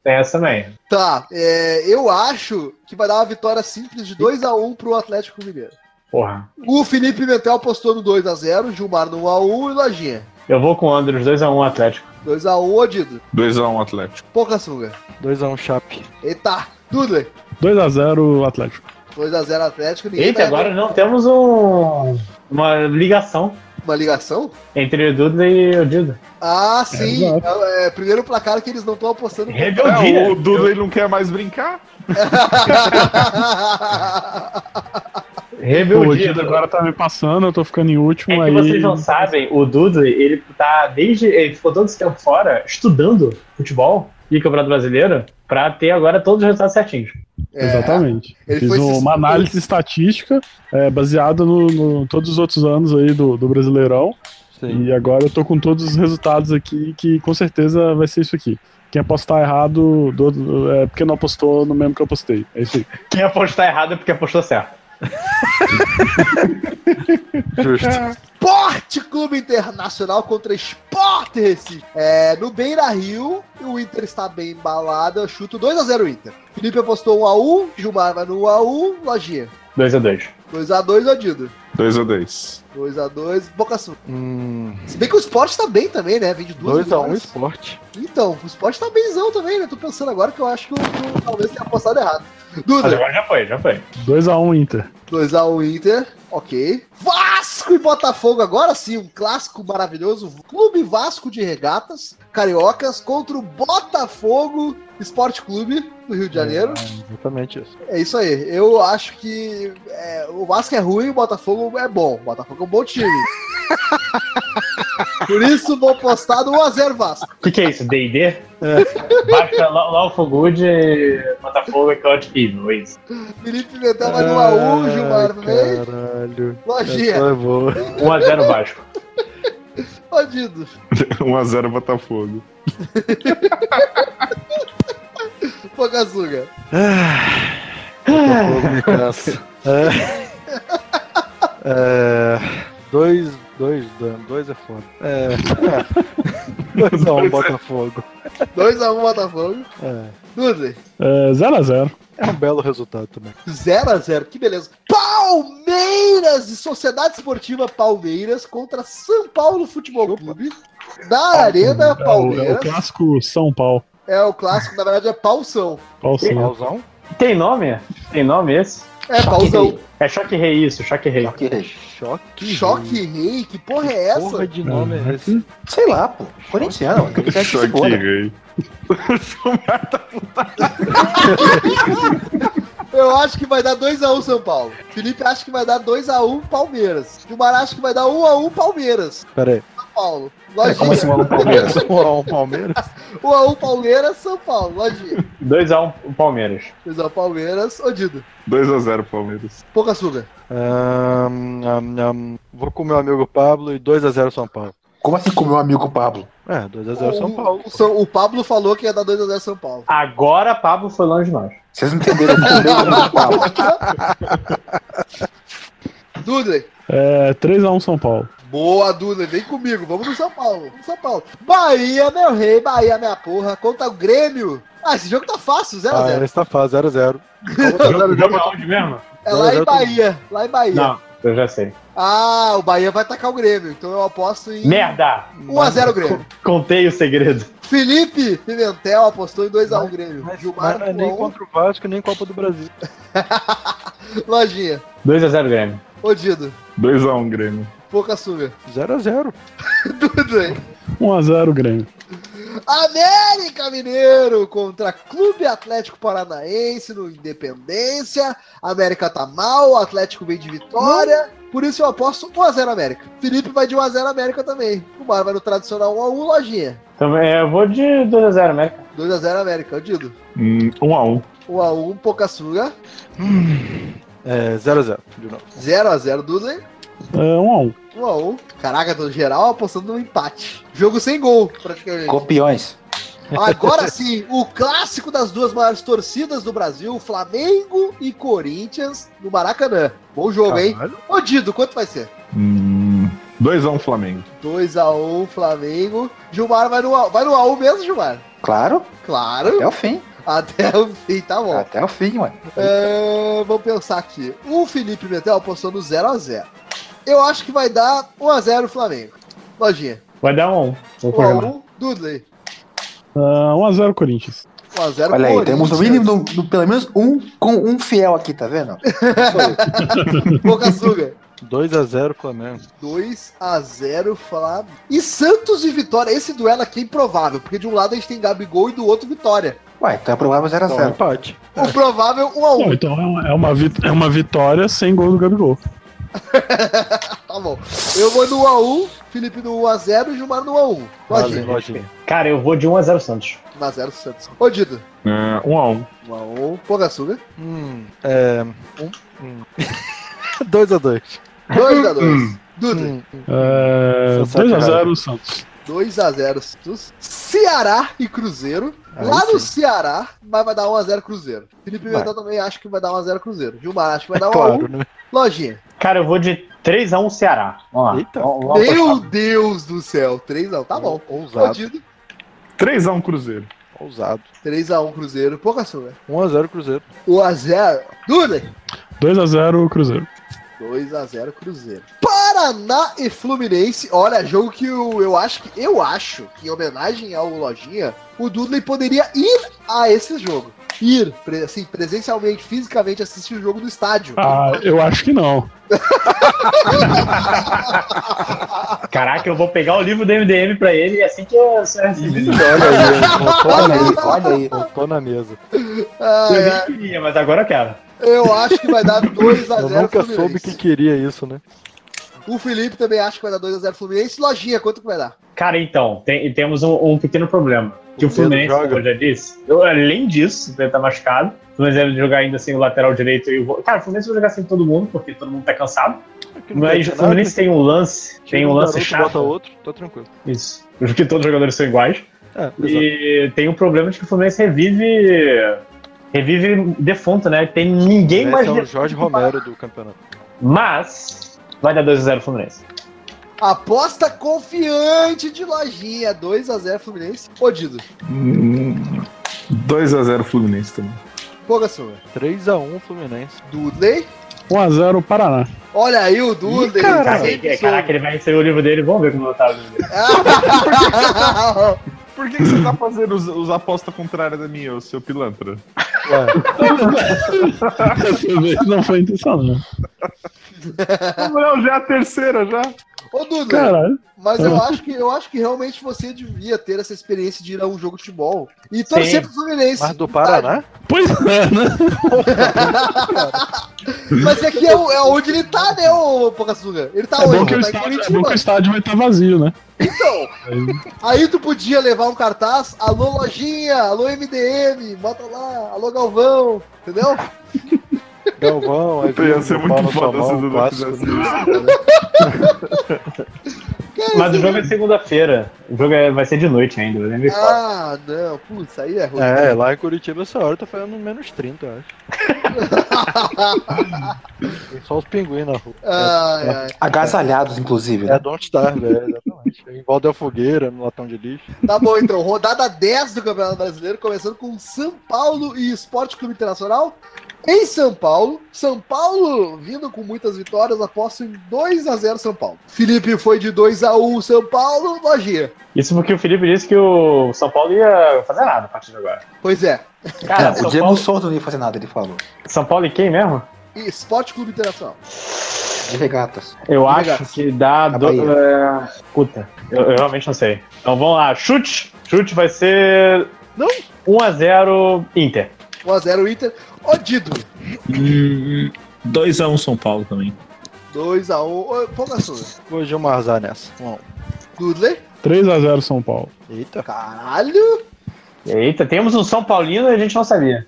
B: Tem essa também.
A: Tá, é, eu acho que vai dar uma vitória simples de 2x1 pro Atlético Mineiro.
B: Porra.
A: O Felipe Mentel apostou no 2x0, Gilmar no 1x1 e Lojinha.
B: Eu vou com o Andros, 2x1 Atlético.
A: 2x1, Odido.
G: 2x1 Atlético.
A: Pouca sunga.
C: 2x1 Chape.
A: Eita, Dudley.
E: 2x0 Atlético.
A: 2x0 Atlético. ninguém
B: Eita,
A: vai
B: agora não temos um, uma ligação
A: abrir Uma ligação?
B: entre o Dudley e o Dido.
A: Ah, sim. É, é, primeiro placar que eles não estão apostando.
G: É, o
B: Rebeldia.
G: Dudley não quer mais brincar?
E: O
B: Rebeldia.
E: Dido agora tá me passando, eu tô ficando em
B: É
E: último
B: que
E: aí.
B: vocês não sabem, o Dudley, ele tá desde. Ele ficou todo esse tempo fora estudando futebol e Campeonato Brasileiro pra ter agora todos os resultados certinhos.
A: É,
E: Exatamente.
A: ele
E: Fiz
A: foi se-
E: uma análise estatística é, baseada no, no- todos os outros anos aí do, do Brasileirão.
C: Sim.
E: E agora eu tô com todos os resultados aqui, que com certeza vai ser isso aqui. Quem apostar errado do- do- é porque não apostou no mesmo que eu apostei. É isso aí.
B: Quem apostar errado é porque apostou certo.
C: Justo.
A: Esporte Clube Internacional contra Esporte Recife. É, no Beira Rio, o Inter está bem embalado. Eu chuto 2x0 Inter. Felipe apostou 1x1, Gilmar vai no 1x1, Lojinha.
B: 2x2.
A: 2x2, Odido.
G: 2x2.
A: 2x2, Boca Sul.
C: Hum,
A: Se bem que o Sport tá bem também, né? Vem de duas
C: 2x1
A: vitórias.
C: Esporte.
A: Então, o Sport tá bemzão também, né? Tô pensando agora que eu acho que eu, que eu talvez tenha apostado errado.
B: Mas
A: Duda,
B: agora já foi, já foi.
E: 2x1 Inter.
A: 2x1 Inter, ok. Vasco e Botafogo, agora sim, um clássico maravilhoso. Clube Vasco de Regatas, Cariocas, contra o Botafogo Esporte Clube do Rio de Janeiro.
C: Exatamente isso.
A: É isso aí, eu acho que é, o Vasco é ruim o Botafogo é bom. O Botafogo é um bom time. Por isso, vou postar no 1x0 Vasco.
B: O que, que é isso? DD? Basta lá lá o Fogood e Botafogo e Couch Evil, é isso.
A: Felipe Metel vai no 1x1, Gilmar vem.
C: Caralho.
A: Lojinha,
C: Essa é boa.
B: 1x0 Vasco.
A: fodido.
G: 1x0 Botafogo.
A: Pogazuga.
C: Botafogo me cansa. É. É. Dois, dois, dano. dois é foda. É. dois a um Botafogo.
A: 2x1 Botafogo.
C: É.
A: Dudley.
E: É, 0x0.
C: é um belo resultado também.
A: 0 a 0 que beleza. Palmeiras e Sociedade Esportiva Palmeiras contra São Paulo Futebol Clube. Na Arena
E: É o
A: Palmeiras.
E: clássico São Paulo.
A: É o clássico, na verdade é pausão.
E: Paulsão.
C: Pausão?
B: Tem nome? Tem nome esse?
A: É pausão.
B: É Choque Rei isso, Choque Rei.
F: Ok.
C: Choque.
A: Choque Rei, que porra é
C: Que
A: essa?
C: Porra de nome é esse?
F: Sei lá, pô. Corintiano. mano. Tem que ser que se
G: Choque,
F: foda.
G: rei.
A: Eu acho que vai dar 2x1 São Paulo. um, Felipe acha que vai dar 2x1 Palmeiras. Gilmar acha que vai dar 1x1 Palmeiras.
C: Pera aí.
A: Paulo. Lojinha.
G: Como assim, mano, Palmeiras?
C: O Palmeiras.
A: 1x1 Palmeiras, São Paulo. Lojinha.
B: 2x1 um, Palmeiras.
A: 2x1 Palmeiras, Odido.
G: 2x0 Palmeiras.
A: Pouco açúcar.
C: Ahn, ahn, ahn. vou com meu amigo Pablo e 2x0 São Paulo.
F: Como assim com o meu amigo Pablo?
C: É, 2x0 São
A: O-
C: Paulo.
A: O, São- o Pablo falou que ia dar 2x0 São Paulo.
B: Agora Pablo foi longe demais.
F: Vocês não entenderam o que o meu amigo
A: Tá,
F: Pablo.
A: Dudley.
E: É, 3x1 São Paulo.
A: Boa, Dudley. Vem comigo. Vamos no São Paulo. Vamos no São Paulo. Bahia, meu rei. Bahia, minha porra. Contra o Grêmio. Ah, esse jogo tá fácil. 0x0.
C: Ah, ele está fácil, 0x0.
B: Jogo, jogo aonde mesmo?
A: é lá em
C: 0x0
A: Bahia. Lá em Bahia.
B: Não, eu já sei.
A: Ah, o Bahia vai atacar o Grêmio. Então eu aposto em
B: Merda!
A: 1x0 Grêmio.
B: Contei o segredo.
A: Felipe Pimentel apostou em 2x1 Grêmio.
C: Mas,
A: Gilmar
C: mas não é nem
A: com
C: contra o Vasco, nem Copa do Brasil.
A: Lojinha.
B: 2x0 Grêmio.
A: Odido.
G: 2x1 Grêmio.
A: Pouca suga.
C: 0x0.
A: Dudley.
E: 1x0 Grêmio.
A: América Mineiro contra Clube Atlético Paranaense no Independência. A América tá mal, o Atlético vem de vitória. Por isso eu aposto 1x0 América. Felipe vai de 1x0 América também. O Mar vai no tradicional 1x1 lojinha.
B: Então, é, eu vou de 2x0 América.
A: 2x0 América, eu digo.
G: Hum, 1x1.
A: 1x1 Pocassuga.
C: É, 0x0, de novo.
A: 0x0 Dudley.
E: É, 1x1.
A: 1x1. Caraca, tô geral apostando no empate. Jogo sem gol, praticamente.
F: Copiões.
A: Agora sim, o clássico das duas maiores torcidas do Brasil, Flamengo e Corinthians, no Maracanã. Bom jogo, hein?
C: Caralho.
A: Ô, Dido, quanto vai ser?
G: Hum, 2x1 Flamengo.
A: 2x1 Flamengo. Gilmar vai no, A- vai no A1 mesmo, Gilmar?
F: Claro,
A: Claro,
F: até o fim.
A: até o fim, tá bom.
F: Até o fim, mano.
A: É, vamos pensar aqui. O Felipe Metel apostou no 0x0. Eu acho que vai dar 1x0 Flamengo. Lojinha.
B: Vai dar um. Vou programar.
A: 1x1 Dudley.
E: É, 1x0 Corinthians.
A: 1x0
F: Olha aí, temos no
A: Corinthians.
F: mínimo, no- no- pelo menos um com um fiel aqui, tá vendo?
A: Bocaçuga.
C: 2x0 Flamengo.
A: 2 a 0 Flamengo. E Santos e Vitória, esse duelo aqui é improvável, porque de um lado a gente tem Gabigol e do outro Vitória.
F: Ué, então é provável 0x0.
C: Empate.
A: O provável 1 a 1,
E: Bom, então é uma, é uma vit- é uma vitória sem gol do Gabigol.
A: tá bom. Eu vou no 1 a 1, Felipe no 1 a 0 e Gilmar no 1 a 1.
C: Fazem
A: Lojinha,
C: lojinha.
B: Cara, eu vou de 1x0 Santos.
A: 1 a 0 Santos. Ô Dido,
G: Ah, 1x1.
A: 1 a 1, Pogaçuga.
C: Hum, é. um. 2x2.
A: 2 a 2. Duda,
E: É,
C: Só sabe
E: 2x0 Santos.
A: 2 a 0 Santos. Ceará e Cruzeiro. Lá no Ceará, mas vai dar 1 a 0 Cruzeiro. Felipe Mental também acho que vai dar 1 a 0 Cruzeiro. Gilmar acho que vai dar 1 a 1.
C: Claro, né?
A: Lojinha.
B: Cara, eu vou de 3x1 Ceará. Vamos lá.
C: Eita.
B: Vamos- vamos
A: Meu
B: apostar.
A: Deus do céu, 3 a 1, tá bom.
C: Ousado.
A: Fodido.
G: 3x1 Cruzeiro.
C: Ousado.
A: 3x1 Cruzeiro, pouca sua. né?
C: 1x0 Cruzeiro.
A: 1x0, Dudley.
E: 2x0 Cruzeiro.
A: 2x0 Cruzeiro. Paraná e Fluminense. Olha, jogo que eu, eu acho que. Eu acho que em homenagem ao Lojinha, o Dudley poderia ir a esse jogo. Ir, pre- assim, presencialmente, fisicamente, assistir o jogo no estádio.
E: Ah, eu acho que não.
B: Caraca, eu vou pegar o livro do MDM pra ele e assim que eu ser recebido.
C: Olha aí,
F: Olha aí, olha aí.
C: botou na mesa.
A: Ah,
B: Eu
A: é,
B: nem queria, mas agora eu quero.
A: eu acho que vai dar 2x0
C: Eu nunca soube que queria isso, né?
A: O Felipe também acha que vai dar 2x0 Fluminense. Lojinha, quanto que vai dar?
B: Cara, então, tem- e temos um, um pequeno problema. Que o,
C: Pedro
B: Fluminense,
C: joga.
B: como eu já disse, eu, além disso, ele tá machucado. O Fluminense deve jogar ainda sem o lateral direito. E o... vo- Cara, o Fluminense vai jogar sem todo mundo, porque todo mundo tá cansado. Mas o Fluminense tem um lance, tem um lance
C: chato. Bota
B: chato.
C: outro, tá tranquilo.
B: Isso. Porque todos os jogadores são iguais.
C: É, exato.
B: E tem o problema de que o Fluminense revive. Revive defunto, né? Tem ninguém mais.
C: Esse é o
B: defunto.
C: Jorge Romero do campeonato.
B: Mas vai dar 2x0 Fluminense.
A: Aposta confiante de lojinha. 2x0 Fluminense. Odido.
G: Hum, 2x0 Fluminense também.
A: Pouca sua.
C: 3x1 Fluminense.
A: né? Dudley.
E: 1x0 Paraná.
A: Olha aí o Dudley.
B: Caraca,
A: sempre
B: ele-
A: soube.
B: É, caraca, ele vai receber o livro dele. Vamos ver como tá o livro dele.
G: Por que, que você tá fazendo os, os apostas contrárias da minha, ô seu pilantra?
C: Ué,
E: Dessa vez não foi intencional.
G: Não, já é a terceira, já.
A: Ô, Duda,
E: Caralho.
A: mas
E: é.
A: eu acho, que, eu acho que realmente você devia ter essa experiência de ir a um jogo de futebol e torcer
B: Sim.
A: pro Fluminense.
C: Mas do Paraná?
E: Pois é, né?
A: Mas é que é, o- é onde ele tá, né, ô Pocassuga? Ele tá
E: É bom,
A: onde?
E: que o
A: Ele tá em
E: estádio, é bom
A: Curitiba.
E: que o estádio vai estar vazio, né?
A: Então, aí tu podia levar um cartaz, alô lojinha, alô MDM, bota lá, alô Galvão, entendeu?
C: Galvão, aí
G: Puta, ia
C: vem
G: ser
C: o
G: muito
C: pau na sua
G: foda se o
C: mão,
G: Dudu
C: clássico.
G: fizesse isso.
A: Cara,
B: Mas o
A: isso-
B: jogo é segunda-feira. O jogo é- vai ser de noite ainda. né? Me fala.
A: Ah, não, putz, aí é ruim.
C: É, lá em Curitiba essa hora tá fazendo menos 30, eu acho. Tem só os pinguins na rua.
A: Ai,
E: é.
A: ai.
F: Agasalhados, inclusive.
C: É
F: Né?
C: Don't Starve, é, exatamente. Em volta da fogueira, no latão de lixo.
A: Tá bom, então. Rodada 10 do Campeonato Brasileiro, começando com São Paulo e Esporte Clube Internacional. Em São Paulo, São Paulo vindo com muitas vitórias, aposto em 2x0 São Paulo. Felipe foi de 2x1 São Paulo, lojinha.
B: Isso porque o Felipe disse que o São Paulo ia fazer nada a partir de agora.
A: Pois é.
B: Cara,
F: o
B: São,
F: Diego
B: Paulo,
F: Souza não ia fazer nada, ele falou.
B: São Paulo e quem mesmo?
A: E Esporte Clube Internacional.
F: De regatas.
B: Eu acho
A: Obrigado.
B: que dá.
F: Na
B: Do...
F: Bahia.
B: é, Puta, eu, eu realmente não sei. Então vamos lá, chute. Chute vai ser.
A: Não.
B: 1x0 Inter.
A: 1x0 Inter. Ó, Dido.
G: Hum, 2x1 São Paulo também.
A: 2x1. Pouca sua.
C: Vou Gilmarzar nessa. Bom,
A: Dudley.
E: 3x0 São Paulo.
C: eita.
A: Caralho.
B: Eita, temos um São Paulino e a gente não sabia.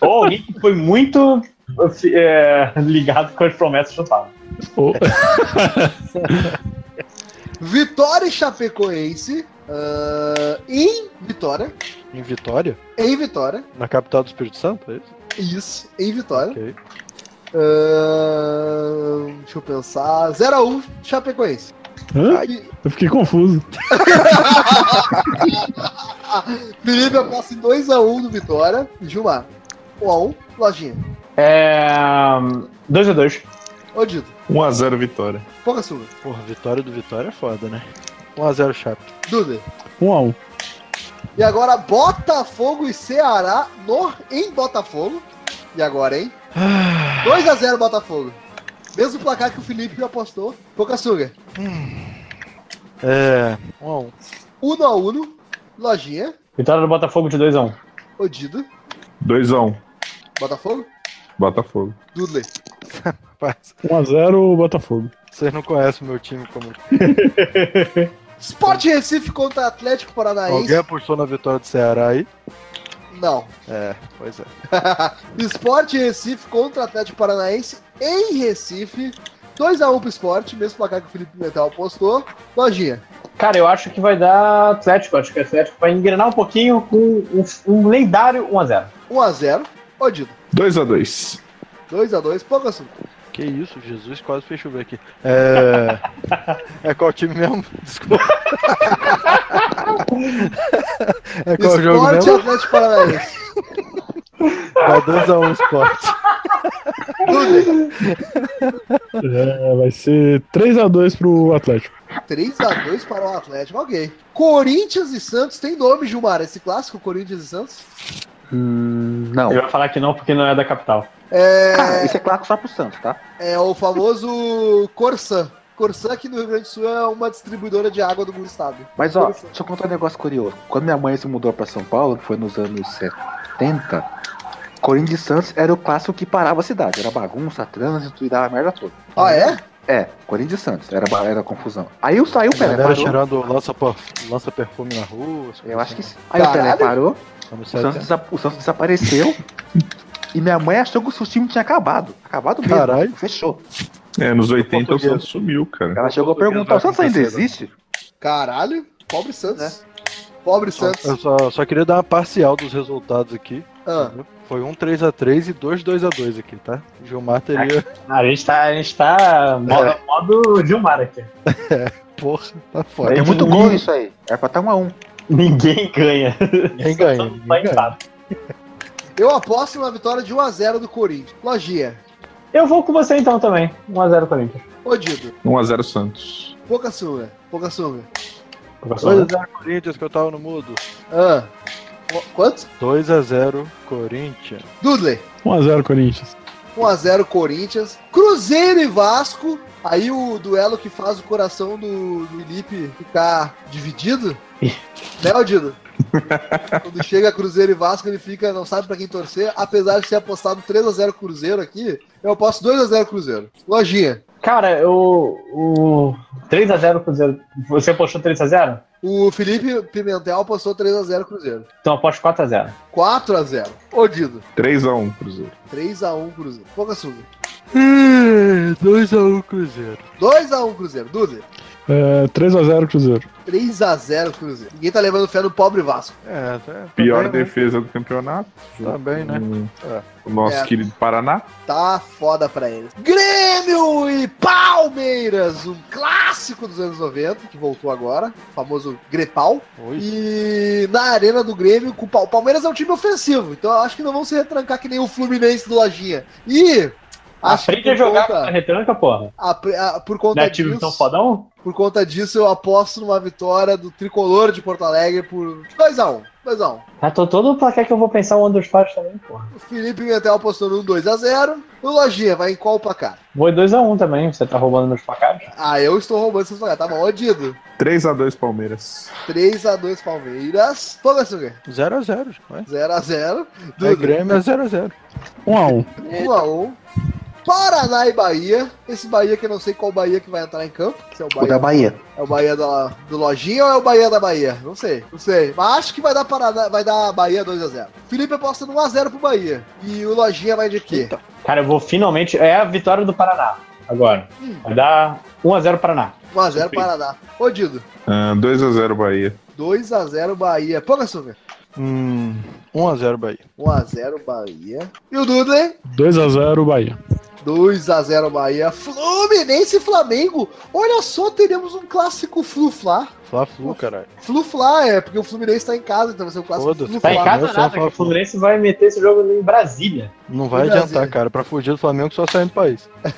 B: Ou alguém que foi muito é, ligado com as promessas chutadas.
E: Ou-
A: Vitória e Chapecoense. ah, em Vitória.
C: Em Vitória?
A: Em Vitória.
C: Na capital do Espírito Santo, é isso?
A: Isso. Em Vitória.
C: Ok.
A: Ahn, deixa eu pensar. 0x1 Chapecoense.
E: Hã?
A: Ai,
E: Eu fiquei confuso.
A: Felipe aposta em 2x1 do Vitória. Gilmar. 1x1, Lojinha.
B: É. 2x2.
A: Ô Dito,
G: 1x0 vitória.
A: pouca sua.
C: Porra, vitória do Vitória é foda, né? 1x0 Chape.
A: Duda.
E: 1x1.
A: E agora Botafogo e Ceará no, em Botafogo. E agora, hein? 2x0 Botafogo. Mesmo placar que o Felipe apostou. Pouca suga.
C: É, 1x1.
A: 1x1, Lojinha.
B: Vitória do Botafogo de 2x1.
A: Ô Dido.
G: 2x1
A: Botafogo.
G: Botafogo.
A: Dudley.
C: Rapaz,
E: 1x0 Botafogo.
C: vocês não conhecem o meu time como.
A: Sport Recife contra Atlético Paranaense.
C: Alguém apostou na vitória do Ceará aí?
A: Não.
C: É, pois é.
A: Esporte Recife contra Atlético Paranaense em Recife. 2x1 pro esporte, mesmo placar que o Felipe Metal postou. Lojinha.
B: Cara, eu acho que vai dar Atlético. Acho que o Atlético vai engrenar um pouquinho com um, um lendário 1x0.
A: 1x0. Odido.
G: 2x2.
A: 2x2. Pouco assim. assunto.
C: Que isso, Jesus quase fez chover aqui. É. é qual time mesmo? Desculpa. é qual jogo
A: Esporte
C: mesmo?
A: Atlético Paranaense.
C: Vai 2x1 Sport.
A: Dudley.
E: É, vai ser 3x2 pro Atlético.
A: 3x2 para o Atlético. Ok. Corinthians e Santos. Tem nome, Gilmar, esse clássico, Corinthians e Santos?
F: não.
B: Ele vai falar que não porque não é da capital.
F: Cara, isso é claro só pro Santos, tá?
A: É o famoso Corsan. Corsan, que no Rio Grande do Sul é uma distribuidora de água do estado.
F: Mas ó, deixa eu contar um negócio curioso. Quando minha mãe se mudou pra São Paulo, que foi nos anos 70, Corinthians e Santos era o clássico que parava a cidade. Era bagunça, trânsito e dava merda toda.
A: Ah, é?
F: É, Corinthians e Santos, era, ba- era confusão. Aí o- saiu o Pelé,
C: Galera
F: parou.
C: cheirando lança, perf- lança perfume na rua. assim.
F: Eu acho que sim. Aí o Pelé
A: Caralho.
F: parou,
C: Quando
F: o
C: sai-
F: Santos, desa- o Santos desapareceu. e minha mãe achou que o seu time tinha acabado. Acabado mesmo.
C: Caralho.
F: Fechou.
G: É, nos 80 o
C: Português.
G: Santos sumiu, cara.
F: Ela chegou a perguntar: o Santos ainda existe?
A: Caralho. Pobre Santos. Pobre Santos.
C: Eu só, só queria dar uma parcial dos resultados aqui.
A: Ah.
C: Foi um 3x3 e dois 2x2 aqui, tá? Gilmar teria.
B: A gente tá, a gente tá modo, modo Gilmar aqui.
C: Porra, tá fora.
F: Tem muito gol nisso aí. Era pra estar um a um.
B: Ninguém ganha.
C: Ninguém ganha.
B: Todo mundo tá
C: Ninguém ganha.
B: empatado.
A: Eu aposto na vitória de 1x0 do Corinthians. Lojinha.
B: Eu vou com você então também. 1x0 Corinthians.
A: Ô, Dido.
G: 1x0 Santos.
A: Pouca sunga. Pouca sunga.
B: Professor.
C: 2x0 Corinthians, que eu tava no mudo.
A: Ah. Qu- Quanto?
C: 2x0 Corinthians.
A: Dudley.
E: 1x0 Corinthians.
A: 1x0 Corinthians. Cruzeiro e Vasco. Aí o duelo que faz o coração do, do Felipe ficar dividido. né, Aldino? Quando chega Cruzeiro e Vasco, ele fica, não sabe pra quem torcer. Apesar de ser apostado 3x0 Cruzeiro aqui, eu aposto 2x0 Cruzeiro. Lojinha.
B: Cara, o. o 3x0 Cruzeiro. Você postou 3x0?
A: O Felipe Pimentel apostou 3x0 Cruzeiro.
B: Então eu aposto 4x0.
A: 4x0. Odino.
G: 3x1, Cruzeiro.
A: 3x1 Cruzeiro. Pouca suga.
C: 2x1 Cruzeiro.
A: 2x1 Cruzeiro. Duda.
E: É, 3x0 Cruzeiro.
A: 3x0 Cruzeiro. Ninguém tá levando fé no pobre Vasco.
C: É, tá-
G: Pior
C: também,
G: defesa do campeonato.
C: né? Também, né?
G: Hum, O nosso
A: É.
G: querido Paraná.
A: Tá foda pra eles. Grêmio e Palmeiras, um clássico dos anos 90, que voltou agora, o famoso Grepal.
C: Oi.
A: E na arena do Grêmio, com o Pal- Palmeiras é um time ofensivo, então eu acho que não vão se retrancar que nem o Fluminense do Lojinha. E acho que
B: Aprende a
A: por
B: jogar com a
A: Ah, conta,
B: retranca, porra.
A: a- a- por conta
B: Não é time tão
A: disso,
B: fodão?
A: por conta disso, eu aposto numa vitória do tricolor de Porto Alegre por 2x1. 2x1.
B: Ah, tô todo o placar que eu vou pensar o underspot também, porra.
A: O Felipe Mentel apostou num 2x0. O Lojinha vai em qual placar?
B: Vou em 2x1 também, você tá roubando meus placares.
A: Ah, eu estou roubando esses placar. Tá bom, ô Dido.
G: 3x2 Palmeiras.
A: 3x2 Palmeiras. Fogo Açúcar.
C: 0x0. vai.
A: 0x0.
C: É
A: Dudu.
C: Grêmio é 0x0.
E: 1x1.
A: 1x1. Paraná e Bahia. Esse Bahia que eu não sei qual Bahia que vai entrar em campo. Se é o
F: O da
A: Bahia,
F: Bahia.
A: é o Bahia da, do Lojinha ou é o Bahia da Bahia? Não sei, não sei. Mas acho que vai dar Paraná, vai dar Bahia 2x0. Felipe aposta no 1x0 pro Bahia. E o Lojinha vai de quê?
B: Cara, eu vou finalmente. É a vitória do Paraná. Agora.
A: Hum.
B: Vai dar 1x0 Paraná.
A: 1x0 Paraná. Ô Dido.
G: Ah, 2x0 Bahia.
A: 2x0 Bahia. Pouca Açúcar.
C: Hum, 1x0 Bahia.
A: 1x0 Bahia. E o Dudu, hein?
E: 2x0 Bahia.
A: 2x0 Bahia. Fluminense e Flamengo. Olha só, teremos um clássico Flu-Fla.
C: Fla-Flu, caralho.
A: Flu-Fla é, porque o Fluminense tá em casa, então vai ser um clássico
C: Foda-se.
B: Tá em
C: Flamengo,
A: Flu-Fla.
B: casa
C: só
B: nada, que
C: fala-
B: o Fluminense vai meter esse jogo em Brasília.
C: Não vai
A: Brasil.
C: adiantar, cara. Pra fugir do Flamengo, só sair do país. É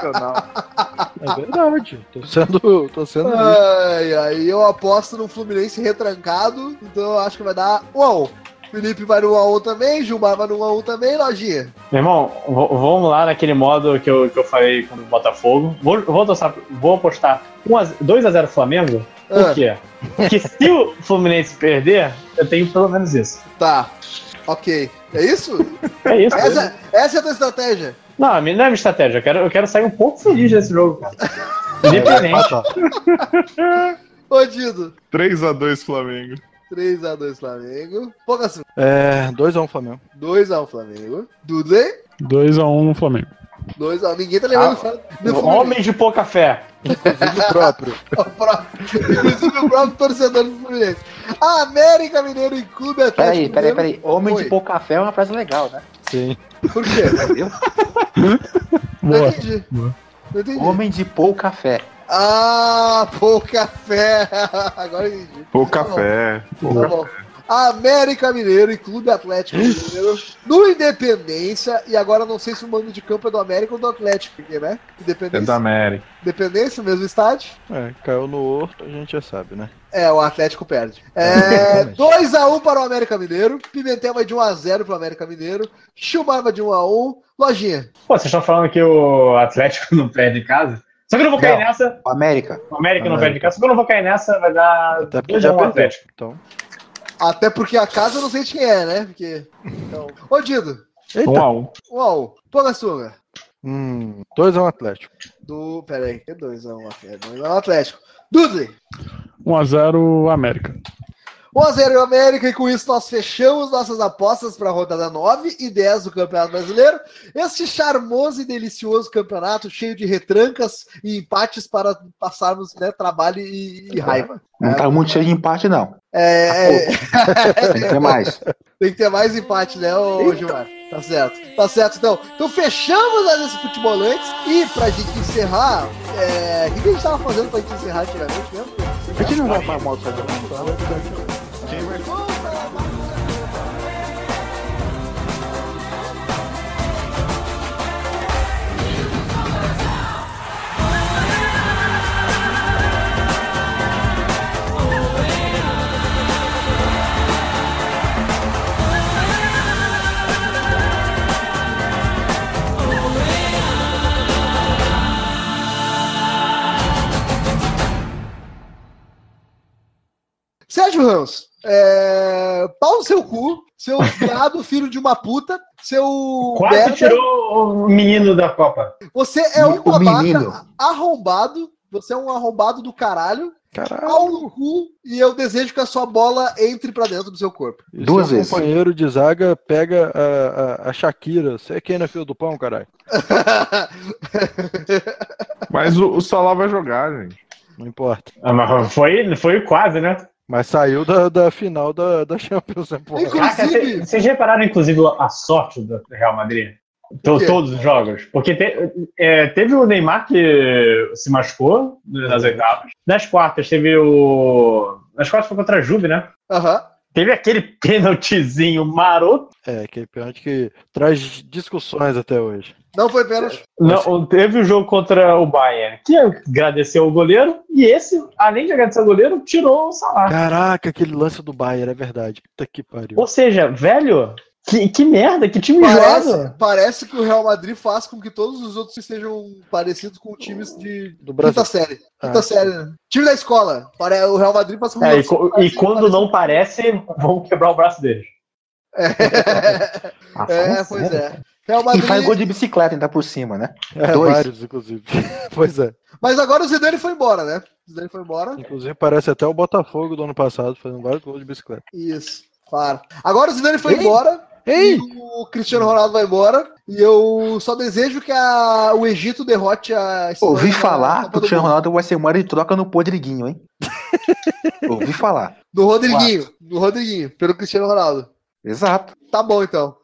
C: verdade. Tô sendo. Tô sendo.
A: Ah. ai, ai, eu aposto no Fluminense retrancado, então eu acho que vai dar 1x1. Felipe vai no 1x1 também, Gilmar vai no 1x1 também, Lojinha.
B: Meu irmão, v- vamos lá naquele modo que eu, que eu falei com o Botafogo. Vou, vou, torçar- vou apostar um 2x0 Flamengo. Por
A: Ah,
B: quê? Porque se o Fluminense perder, eu tenho pelo menos isso.
A: tá, ok. É isso?
B: É isso.
A: Essa, essa é a tua estratégia?
B: Não, a minha- não é minha estratégia. Eu quero, eu quero sair um pouco feliz desse jogo, cara. Independente.
A: Ô, Dido.
G: 3x2 Flamengo.
A: 3x2 Flamengo. Pouca
C: É. 2x1 Flamengo.
A: 2x1 Flamengo. Dudley.
E: 2x1 no um, Flamengo.
A: 2x1. Ninguém tá
F: Ah,
A: levando fé no Fluminense.
B: Homem de pouca fé.
C: Inclusive o próprio.
A: O próprio- Inclusive o próprio torcedor do Fluminense. América Mineiro e Clube Atlético.
F: Peraí, peraí,
A: Mineiro.
F: peraí. Homem
A: Oi.
F: de pouco café é uma frase legal, né?
C: Sim.
A: Por quê? Não
E: Boa.
A: entendi.
E: Boa.
A: Não entendi.
F: Homem de pouco café.
A: Ah, pouca fé. Agora eu entendi.
G: Pô, café.
A: Tá bom. América Mineiro e Clube Atlético Mineiro no Independência. E agora eu não sei se o mando de campo é do América ou do Atlético, porque, né?
G: É da
A: Independência.
G: América.
A: Independência, mesmo estádio.
C: É, caiu no horto, a gente já sabe, né?
A: É, o Atlético perde. É, 2x1 para o América Mineiro. Pimentel vai de 1x0 para o América Mineiro. Chilmar vai de 1x1. Lojinha.
B: Pô, vocês estão falando que o Atlético não perde em casa? Só que eu não vou cair
F: Não.
B: nessa.
F: O América.
B: O América não
C: América.
B: perde em casa. Só que eu não vou cair nessa, vai dar
C: Até porque
B: 2
C: já
B: a 1
C: perdeu.
B: Atlético.
C: Então.
A: Até porque a casa eu não sei de quem é, né? Porque. Então... Ô, Dido.
G: 1x1.
A: 1x1. Pogaçuga.
C: Hum, 2x1 Atlético.
A: Do. Pera aí. É 2x1 Atlético. 2x1 Atlético. Dudley.
E: 1x0 América.
A: 1x0 América. E com isso nós fechamos nossas apostas para a rodada 9 e 10 do Campeonato Brasileiro. Este charmoso e delicioso campeonato cheio de retrancas e empates para passarmos né, trabalho e- e raiva.
F: Não tá muito cheio de empate, não.
A: É, é,
F: Tem que ter mais.
A: tem que ter mais empate, né, ô Gilmar? Tá certo, tá certo então. Então fechamos as esse futebolante e pra gente encerrar, é, o que que a gente tava fazendo pra gente encerrar antigamente mesmo?
F: Por que não vai pra moto fazer um?
H: Oeá,
A: Sérgio Ramos, é... pau no seu cu, seu viado, filho de uma puta, seu
B: Quase
A: merda.
B: tirou o menino da Copa.
A: Você é um
F: O
A: babaca
F: menino.
A: arrombado, você é um arrombado do caralho,
B: É um
C: Caralho.
A: pau no cu, e eu desejo que a sua bola entre pra dentro do seu corpo.
C: E
F: Duas
C: seu
F: vezes.
C: é um companheiro de zaga pega a, a, a Shakira. Você é quem na fila do pão, caralho?
G: Mas o, o Salah vai jogar, gente.
C: Não importa.
B: Ah, mas foi, foi quase, né?
C: Mas saiu da, da final da, da Champions, né, porra?
A: Inclusive-
B: Caraca, cê- vocês repararam, inclusive, a sorte do Real Madrid? To-
A: O quê?
B: todos os jogos. Porque te- é, teve o Neymar que se machucou nas oitavas. Nas quartas teve o. Nas quartas foi contra a Juve, né?
A: Aham.
B: Teve aquele pênaltizinho maroto.
C: É, que é pênalti que traz discussões até hoje.
A: Não foi pênalti.
B: Não, teve o jogo contra o Bayern, que agradeceu o goleiro. E esse, além de agradecer o goleiro, tirou o salário.
C: Caraca, aquele lance do Bayern, é verdade. Puta que pariu.
B: Ou seja, velho, que, que merda, que time joga.
A: Parece, parece que o Real Madrid faz com que todos os outros sejam parecidos com times de
C: Do Brasil.
A: quinta série. Quinta
C: Ah.
A: série, né? Time da escola. Pare- O Real Madrid faz com que
B: É, e,
A: os outros
B: co- e
A: times
B: quando não parece,
A: um
B: vão quebrar o braço deles.
A: É, pois é. Real
F: E faz gol
A: Madrid.
F: de bicicleta ainda por cima, né?
C: É,
F: Dois.
C: vários, inclusive. pois é.
A: Mas agora o Zidane foi embora, né? O Zidane foi embora.
C: Inclusive, parece até o Botafogo do ano passado, fazendo vários gols de bicicleta.
A: Isso, claro. Agora o Zidane foi
C: Ei!
A: embora.
C: Ei!
A: E o Cristiano Ronaldo vai embora. E eu só desejo que a- o Egito derrote a.
F: Ouvi
A: Espanha na
F: falar
A: Copa
F: que o
A: do
F: Cristiano
A: Mundo.
F: Ronaldo vai ser moeda de troca no Podriguinho, hein? Ouvi falar.
A: Do Rodriguinho. Do Rodriguinho, pelo Cristiano Ronaldo.
F: Exato.
A: Tá bom, então.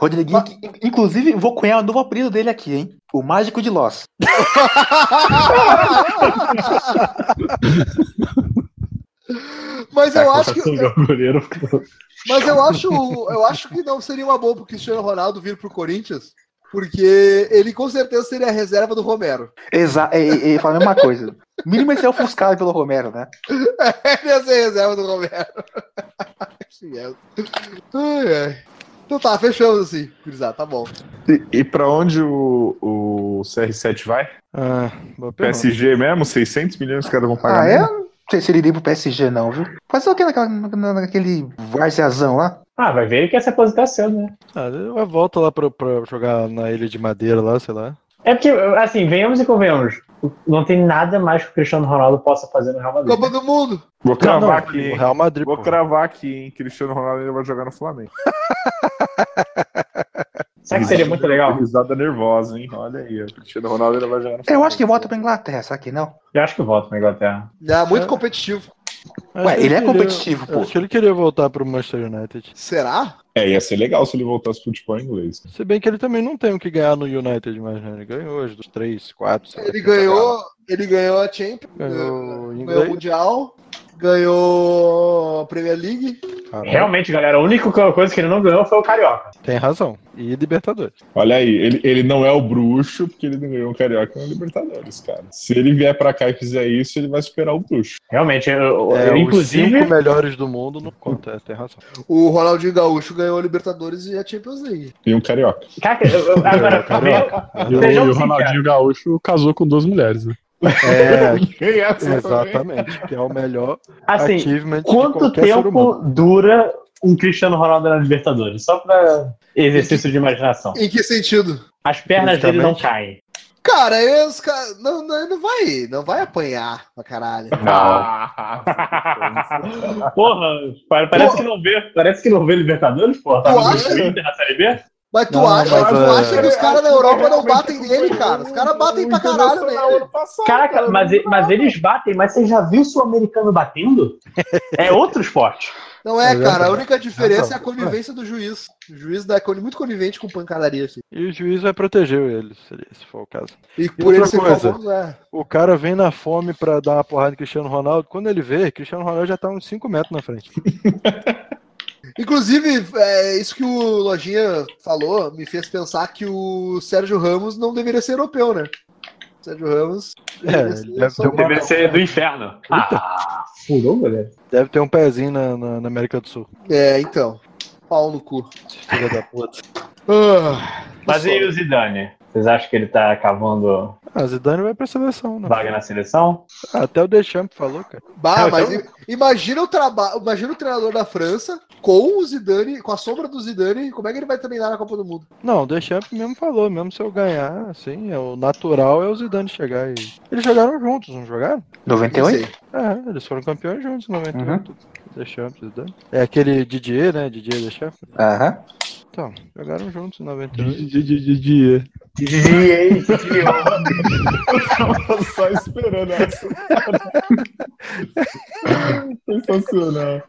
F: Rodriguinho, que, in- inclusive, vou cunhar um novo apelido dele aqui, hein? O Mágico de Loz. É,
A: Mas eu acho que.
B: Um
G: goleiro.
A: Mas eu acho, eu acho que não seria uma boa pro Cristiano Ronaldo vir pro Corinthians, porque ele com certeza seria a reserva do Romero.
F: Exato. E, e fala a mesma coisa. Mínimo ele ser ofuscado pelo Romero, né?
A: Ele ia ser a reserva do Romero. Que merda. Ai, ai. Então tá, fechamos assim, Curizá, tá bom.
G: E, e pra onde o, o CR7 vai?
C: Ah, boa pergunta.
G: PSG mesmo? 600 milhões que os caras vão pagar?
F: Ah, é?
G: mesmo?
F: Não sei se ele iria pro PSG, não, viu? Mas o que naquela, na- naquele Varzeazão lá?
B: Ah, vai ver ele quer se aposentar cedo, né?
C: Ah, eu volto lá pra, pra jogar na Ilha de Madeira, lá, sei lá.
B: É porque, assim, venhamos e convenhamos. Não tem nada mais que o Cristiano Ronaldo possa fazer no Real Madrid.
A: Copa do Mundo!
G: Vou
C: Não,
G: cravar
C: não,
G: aqui.
C: o
G: hein?
C: Real Madrid.
G: Vou
C: pô.
G: cravar aqui, hein? Cristiano Ronaldo ainda vai jogar no Flamengo.
B: Será que seria muito legal?
G: Risada nervosa, hein? Olha aí. O Cristiano Ronaldo ainda vai jogar no
F: Eu acho que volta pra Inglaterra, sabe que não?
B: Eu acho que volto pra Inglaterra.
A: É muito
C: É.
A: competitivo.
C: Acho
F: Ué,
C: que
F: ele é
C: queria-
F: competitivo, pô.
C: Acho que ele queria voltar pro Manchester United.
A: Será?
G: É, ia ser legal se ele voltasse pro futebol inglês.
C: Se bem que ele também não tem o que ganhar no United mais, né? Ele ganhou hoje dos 3, 4.
A: Ele ganhou, ele ganhou a Champions, né? ganhou,
C: É, Ganhou o
A: ganhou o
C: inglês.
A: Mundial, ganhou a Premier League.
C: Caralho,
B: Realmente, galera, a única co- coisa que ele não ganhou foi o Carioca.
C: Tem razão. E Libertadores.
G: Olha aí, ele, ele não é o bruxo, porque ele não ganhou um carioca no Libertadores, cara. Se ele vier pra cá e fizer isso, ele vai superar o bruxo.
B: Realmente, eu, eu-
C: É,
B: eu,
C: Os
B: inclusive.
C: cinco melhores do mundo não conta, é, tem razão.
A: O Ronaldinho Gaúcho ganhou a Libertadores e a Champions League.
G: E um carioca.
B: Caraca, eu- eu- agora,
C: É, Carioca.
E: E o,
B: Sejam
E: e o
B: sinceros.
E: Ronaldinho Gaúcho casou com duas mulheres, né?
C: É,
G: Quem é
C: exatamente. Que é o melhor
B: assim,
C: achievement de
B: quanto
C: qualquer ser humano.
B: tempo dura um Cristiano Ronaldo na Libertadores? Só pra exercício de imaginação.
A: Em que sentido?
B: As pernas dele não
C: Fisicamente?
B: caem.
A: Cara, eu- os cara- não, não, não vai, não vai apanhar pra caralho.
B: porra, pa- parece que não vê. Parece que não vê Libertadores, porra. Tá
A: Tu
B: no grupo
A: acha?
B: Inter na Série B?
A: Mas tu
C: Não,
A: acha,
C: mas,
A: tu
C: é,
A: acha que os caras da Europa não batem nele, cara? Os caras batem pra caralho nele.
B: Caraca, mas, e- mas eles batem, mas você já viu o sul-americano batendo? É outro esporte.
A: Não
C: É
A: é,
C: verdade.
A: cara, a única diferença é a conivência do juiz. O juiz da coni- muito conivente com pancadaria, assim.
C: E o juiz vai proteger ele, se se for o caso.
A: E por
C: outra
A: ele ser
C: coisa?
A: famoso, é.
C: O cara vem na fome pra dar uma porrada em Cristiano Ronaldo. Quando ele vê, Cristiano Ronaldo já tá uns 5 metros na frente.
A: Inclusive, é, isso que o Lojinha falou me fez pensar que o Sérgio Ramos não deveria ser europeu, né? Sérgio Ramos. deveria
C: É, ele
A: ser
C: deve
A: só-
C: ter uma-
B: Deve ser é do inferno. Ah, furou, galera.
C: Deve ter um pezinho na, na- na América do Sul.
A: É, então. Pau no cu.
C: Filha da puta.
A: Ah,
B: Mas e o Zidane? Vocês acham que ele tá cavando
C: Ah, Zidane vai pra seleção, né?
B: vaga na seleção?
C: Até o Deschamps falou, cara.
A: Bah,
B: Não,
A: mas
B: então-
A: i- imagina o trabalho, imagina o treinador da França com o Zidane, com a sombra do Zidane, como é que ele vai treinar na Copa do Mundo?
C: Não, o Deschamps mesmo falou, mesmo se eu ganhar, assim, é o natural é o Zidane chegar e... Eles jogaram juntos, não jogaram?
A: Não
F: 98?
A: sei.
C: É, eles foram campeões juntos em 98. Deschamps, Zidane. É aquele Didier, né? Didier Deschamps.
F: Aham.
C: Então, jogaram juntos em 98.
E: Didier.
G: Tava só esperando essa. Sensacional.